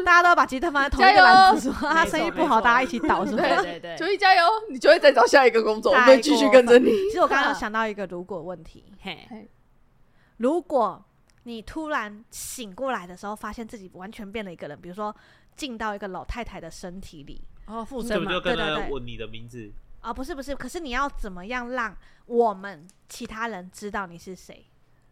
大家都要把鸡蛋放在同一个篮子是吗？他生意不好，大家一起倒是吗？
对对对，
九姨加油，你就会再找下一个工作，我
太
会继续
过
跟着你。
其实我刚刚有想到一个如果问题，
嘿，
如果你突然醒过来的时候，发现自己完全变了一个人，比如说进到一个老太太的身体里
哦，附
这
身
不
嘛
就，跟
对对
了
对
我你的名字？
啊，不是不是，可是你要怎么样让我们其他人知道你是谁？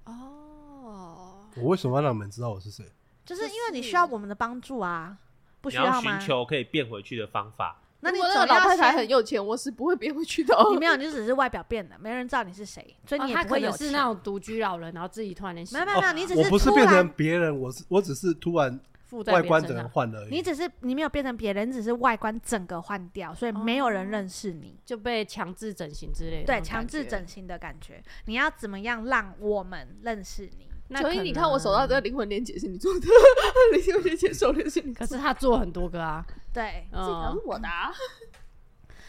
哦，
我为什么要让你们知道我是谁？
就是因为你
就是
需要我们的帮助啊，不
你
需
要寻
吗？
求可以变回去的方法。
那你
如果
总
那个
要
老太太
先
很有钱，我是不会变回去的。哦
你没有，你就只是外表变了，没人知道你是谁，所以
哦
你也
他
不
可
会有
能
钱。
是那种独居老人，然后自己突然间
没有没有
醒
没
来
有，你只
我不是
突
变成
然，
别人，我是我只是突然
附在
外
别
观
人
整
身
个
上，
换了而已。
你只是你没有变成别人，你只是外观整个换掉，所以没有人认识你。
就被强制整形之类的那种
对，
感觉。
强制整形的感觉，你要怎么样让我们认识你？
那
所以
可
你看我手上
能
这个灵魂链接是你做
*laughs*
的，灵魂链接手链是你
可
做的，
是他做很多个 *laughs* 啊，
对，
这条
嗯
是，我的啊。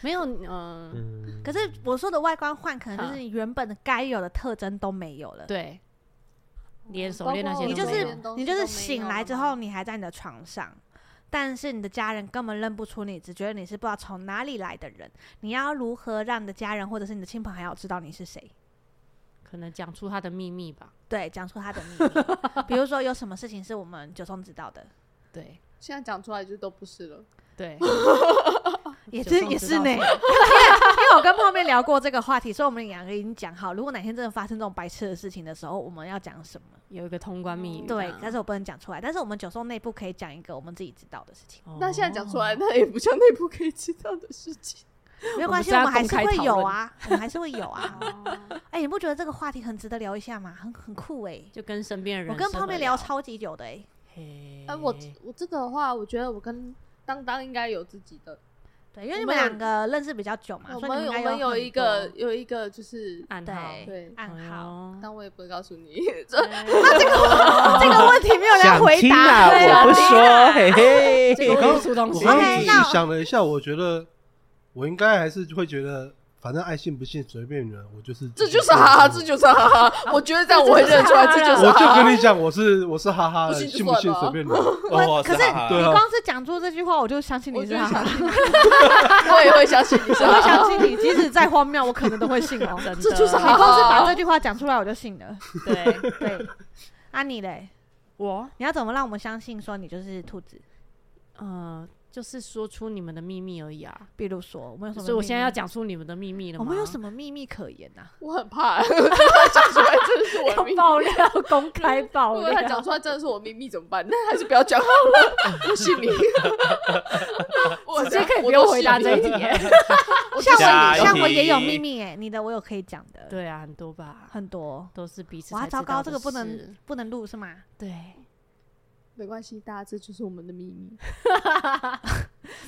没有，嗯，
嗯，
可是我说的外观换，可能就
啊
是你原本的该有的特征都没有了。
对，连手链那些
你
都
就
没
是
有
你就是醒来之后，，你还在你的床上，但是你的家人根本认不出你，只觉得你是不知道从哪里来的人。你要如何让你的家人或者是你的亲朋好友知道你是谁？
可能讲出他的秘密吧。
对，讲出他的秘密，比如说有什么事情是我们九松知道的， *laughs*
对
现在讲出来就都不是了。
对，
也
九
是
松
也
知
是
道
呢。因为
什么
因为我跟泡面聊过这个话题，所以我们两个已经讲好，如果哪天真的发生这种白痴的事情的时候，我们要讲什么？
有一个通关密语这
对
样。，
但是我不能讲出来，但是我们九松内部可以讲一个我们自己知道的事情，
哦
那现在讲出来，那也不像内部可以知道的事情。
没有关
我们
系，
是
我
要
们还
公
是
开
会
讨
有
论
啊，我们还是会有啊。
哦
哎、你不觉得这个话题很值得聊一下吗？很很酷哎、
就跟身边的人，
我跟泡面聊，超级久的哎、
嘿，
*laughs* 哎，我我这个的话，我觉得我跟当当应该有自己的。
对，因为
我
你们
们有
两个认识比较久嘛，
我
所以你们
们
应该
我们有
很
一个
多
有一个就是
暗号，
对
对，
暗号。
*laughs* 但我也不会告诉你。
那这个
哦这个问题没有人要回答，对啊
不说，嘿嘿
这个会出东
我
西，
刚刚
哎是
仔
那
细想了一下，我觉得我应该还是会觉得，反正爱信不信随便你了，我就是
这就是哈
哦
哈，这
是
就是哈哈。我觉得这样我会认出来，这
这
就
就是
我
哈
就
哈。
跟你讲，我是我是哈哈的，
不信就啊
信不信随便你。
*laughs*
我
可是
哦哈
对
你
啊
光是讲出这句话，我就相信
我
你是
就
哈哈
相，信你，
*laughs*
我也会相信你是
我会
哈哈。
相信你，即使再荒谬，我可能都会信哦。
真的
这就是
你
好
光是把这句话讲出来，我就信了。
对
对，啊你嘞，
我，
你要怎么让我们相信说你就是兔子？
呃，就是说出你们的秘密而已啊。
比如说，我们有什么？
所以我现在要，讲出你们的秘密了
我
吗？
们有什
么
么秘密可言啊呐？
我很怕， *laughs* 他讲出来真的是我的秘密。
爆料？
*laughs*
公开
嗯
爆
如果他
料？
讲出来真的是我秘密怎么办？那还是不要讲好了，我信
*laughs*
你。我
直接可以不用回答这一题。耶。 *laughs*
像
下
我，
一
像我也有
题
秘密哎，你的我有可以讲的，
对啊，很多吧，
很多。
都是彼此
哇，
才知
糟
道的事。
糕，这个不能不能录是
*laughs*
吗？
对，
*laughs* 没关系，大家这就是我们的秘密。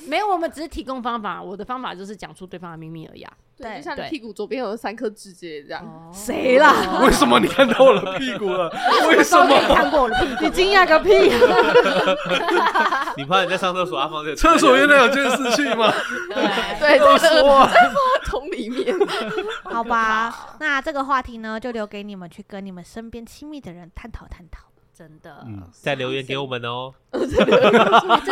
没有，我们只是提供方法。我的方法就是讲出对方的秘密而已啊。
对
对，就像你
对哦
屁股左边有三颗痣之类的这样。
谁啦？ *laughs*
为什么你看到我的屁股
*laughs*
了？为什
都可以
么？
看过我的屁股？
你惊讶个屁！
你怕你在上厕所，他放这个
厕所原来有监视器吗？
*laughs* 对，
对，
都
在那
说啊
个桶里
*laughs*
面。
好吧，那这个话题呢，就留给你们去跟你们身边亲密的人探讨探讨。
真的。
嗯
再留言
*laughs*
给我们哦。
哎这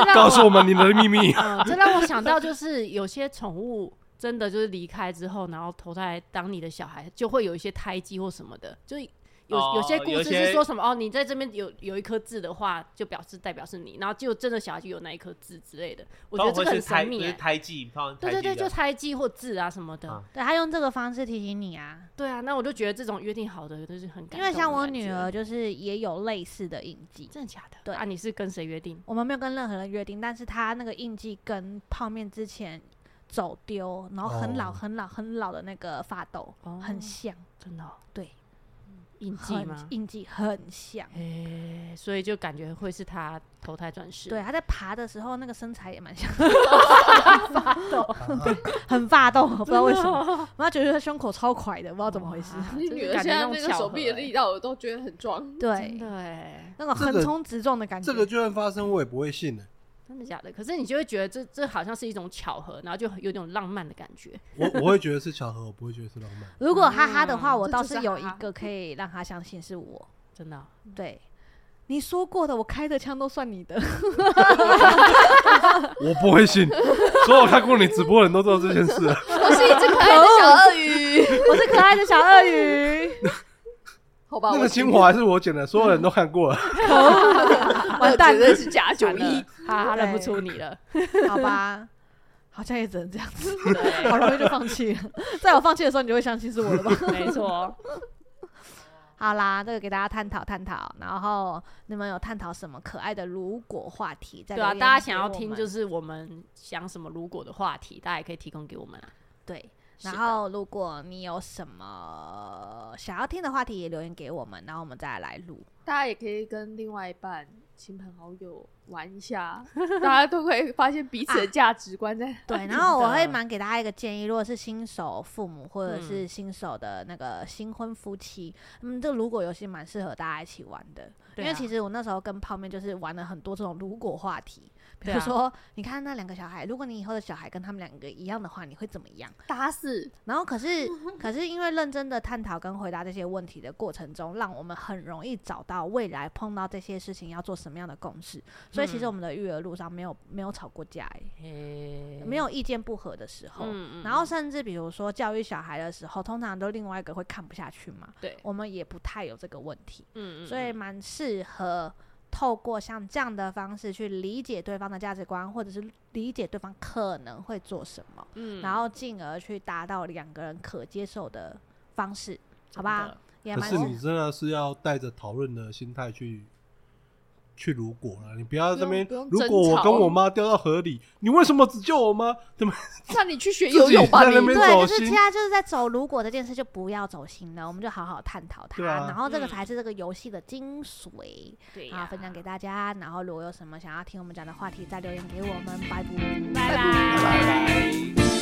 让
告诉
我，
我们你们的秘 *laughs* 密。
*laughs* 嗯，这让我想到，就是有些宠物真的就是离开之后，然后投胎当你的小孩，就会有一些胎记或什么的，就是有、
哦
有些故
有
事
些
是说什么哦，你在这边有有一颗痣的话，就表示代表是你，然后就真的小孩就有那一颗痣之类的。我觉得这个
或
很
是胎
神
就
秘、
是
欸。
胎记，放胎
对对
记
对，
这样
就胎记或痣啊什么的。
啊
对他用这个方式提醒你啊，
对啊，那我就觉得这种约定好的就是很感动
因
的
为像我
感觉
女儿，就是也有类似的印记。
真的假的？
对
啊，你是跟谁约定？
我们没有跟任何人约定，但是她那个印记跟泡面之前走丢，然后很老
哦
很老很老的那个发豆、
哦
很像，
真的、哦、
对，
印记
很
吗？
印记很像。
诶、所以就感觉会是他投胎转世。
对，，她在爬的时候那个身材也蛮像， *laughs* 发
啊
抖，很发抖，我不知道为什么，然后觉得她胸口超宽的，不知道怎么回事。
哦哇
你
真
女
是
儿
感
现
觉
在
种
那个
巧
手
合
臂的
欸
力道，我都觉得很壮。
*laughs*
*laughs*
真
对，
的哎，
那种
这
横
个
冲直撞的感觉。
这个就算发生，我也不会信的、
真的假的？可是你就会觉得这这好像是一种巧合，然后就有种浪漫的感觉。
我我会觉得是巧合，我不会觉得是浪漫。
如果哈哈的话，
嗯
我
这
倒
就是是
有
哈
一
哈
个可以让他相信是我。
真的哦、
对，你说过的，我开的枪都算
*laughs*
你的。
*laughs* 我不会信，所有看过你直播的人都知道这件事了。
我是一只可爱的小鳄鱼，
我是可爱的小鳄鱼， *laughs*
好吧，
那
我
个精华还是我剪的，所有人都看过了。
完
蛋
真的是假酒
*laughs* 完
力
了，， *laughs* 哈哈，
嗯对
认不出你
*laughs*
了。
好吧，好像也只能这样子，
对，
好容易就放弃了。在我放弃的时候，你就会相信是我了吧？ *laughs*
没错。
好啦，这个给大家探讨探讨，然后你们有探讨什么可爱的如果话题？在
对啊，
留言
大家
给
想要
我
听
们
就是我们想什么如果的话题，大家也可以提供给我们啊。
对。
是的
然后，如果你有什么想要听的话题，也留言给我们，然后我们再来录。
大家也可以跟另外一半、亲朋好友玩一下，大家都会发现彼
啊
此的价值观在。
*laughs*
对，然
真
后我会
的
蛮给大家一个建议，如果是新手父母或者是
嗯
新手的那个新婚夫妻，嗯，这如果游戏蛮适合大家一起玩的，因
对
为
啊
其实我那时候跟泡面就是玩了很多这种如果话题，比
对
如
啊
说、你看那两个小孩，如果你以后的小孩跟他们两个一样的话，你会怎么样？
打 *laughs* 死
然后可
*laughs*
是可是因为认真的探讨跟回答这些问题的过程中，让我们很容易找到未来碰到这些事情要做什么样的共识，所以其实
嗯
我们的育儿路上没有没有吵过架、欸，
诶
没有意见不合的时候。
嗯，嗯
然后
嗯
甚至比如说教育小孩的时候，通常都另外一个会看不下去嘛，
对，
我们也不太有这个问题，
嗯嗯，
所以
嗯
蛮适合透过像这样的方式去理解对方的价值观，或者是理解对方可能会做什么，
嗯
然后进而去达到两个人可接受的方式，好
真
吧
的？
也
可
蛮嗯
是
适
你真的是要带着讨论的心态去去如果了，你不要在那边
不用。不
如
用
果我
争吵
跟我妈掉到河里，你为什么只救我妈？对吗？
那你去学
自己
游泳吧，
在那
你
边
对，
走
就是
心
现在就是在走如果这件事就不要走心了，我们就好好探讨它，
对啊
然后这个
嗯
才是这个游戏的精髓。
对
好，
呀，
分享给大家。然后如果有什么想要听我们讲的话题，再留言给我们，拜拜。
拜拜。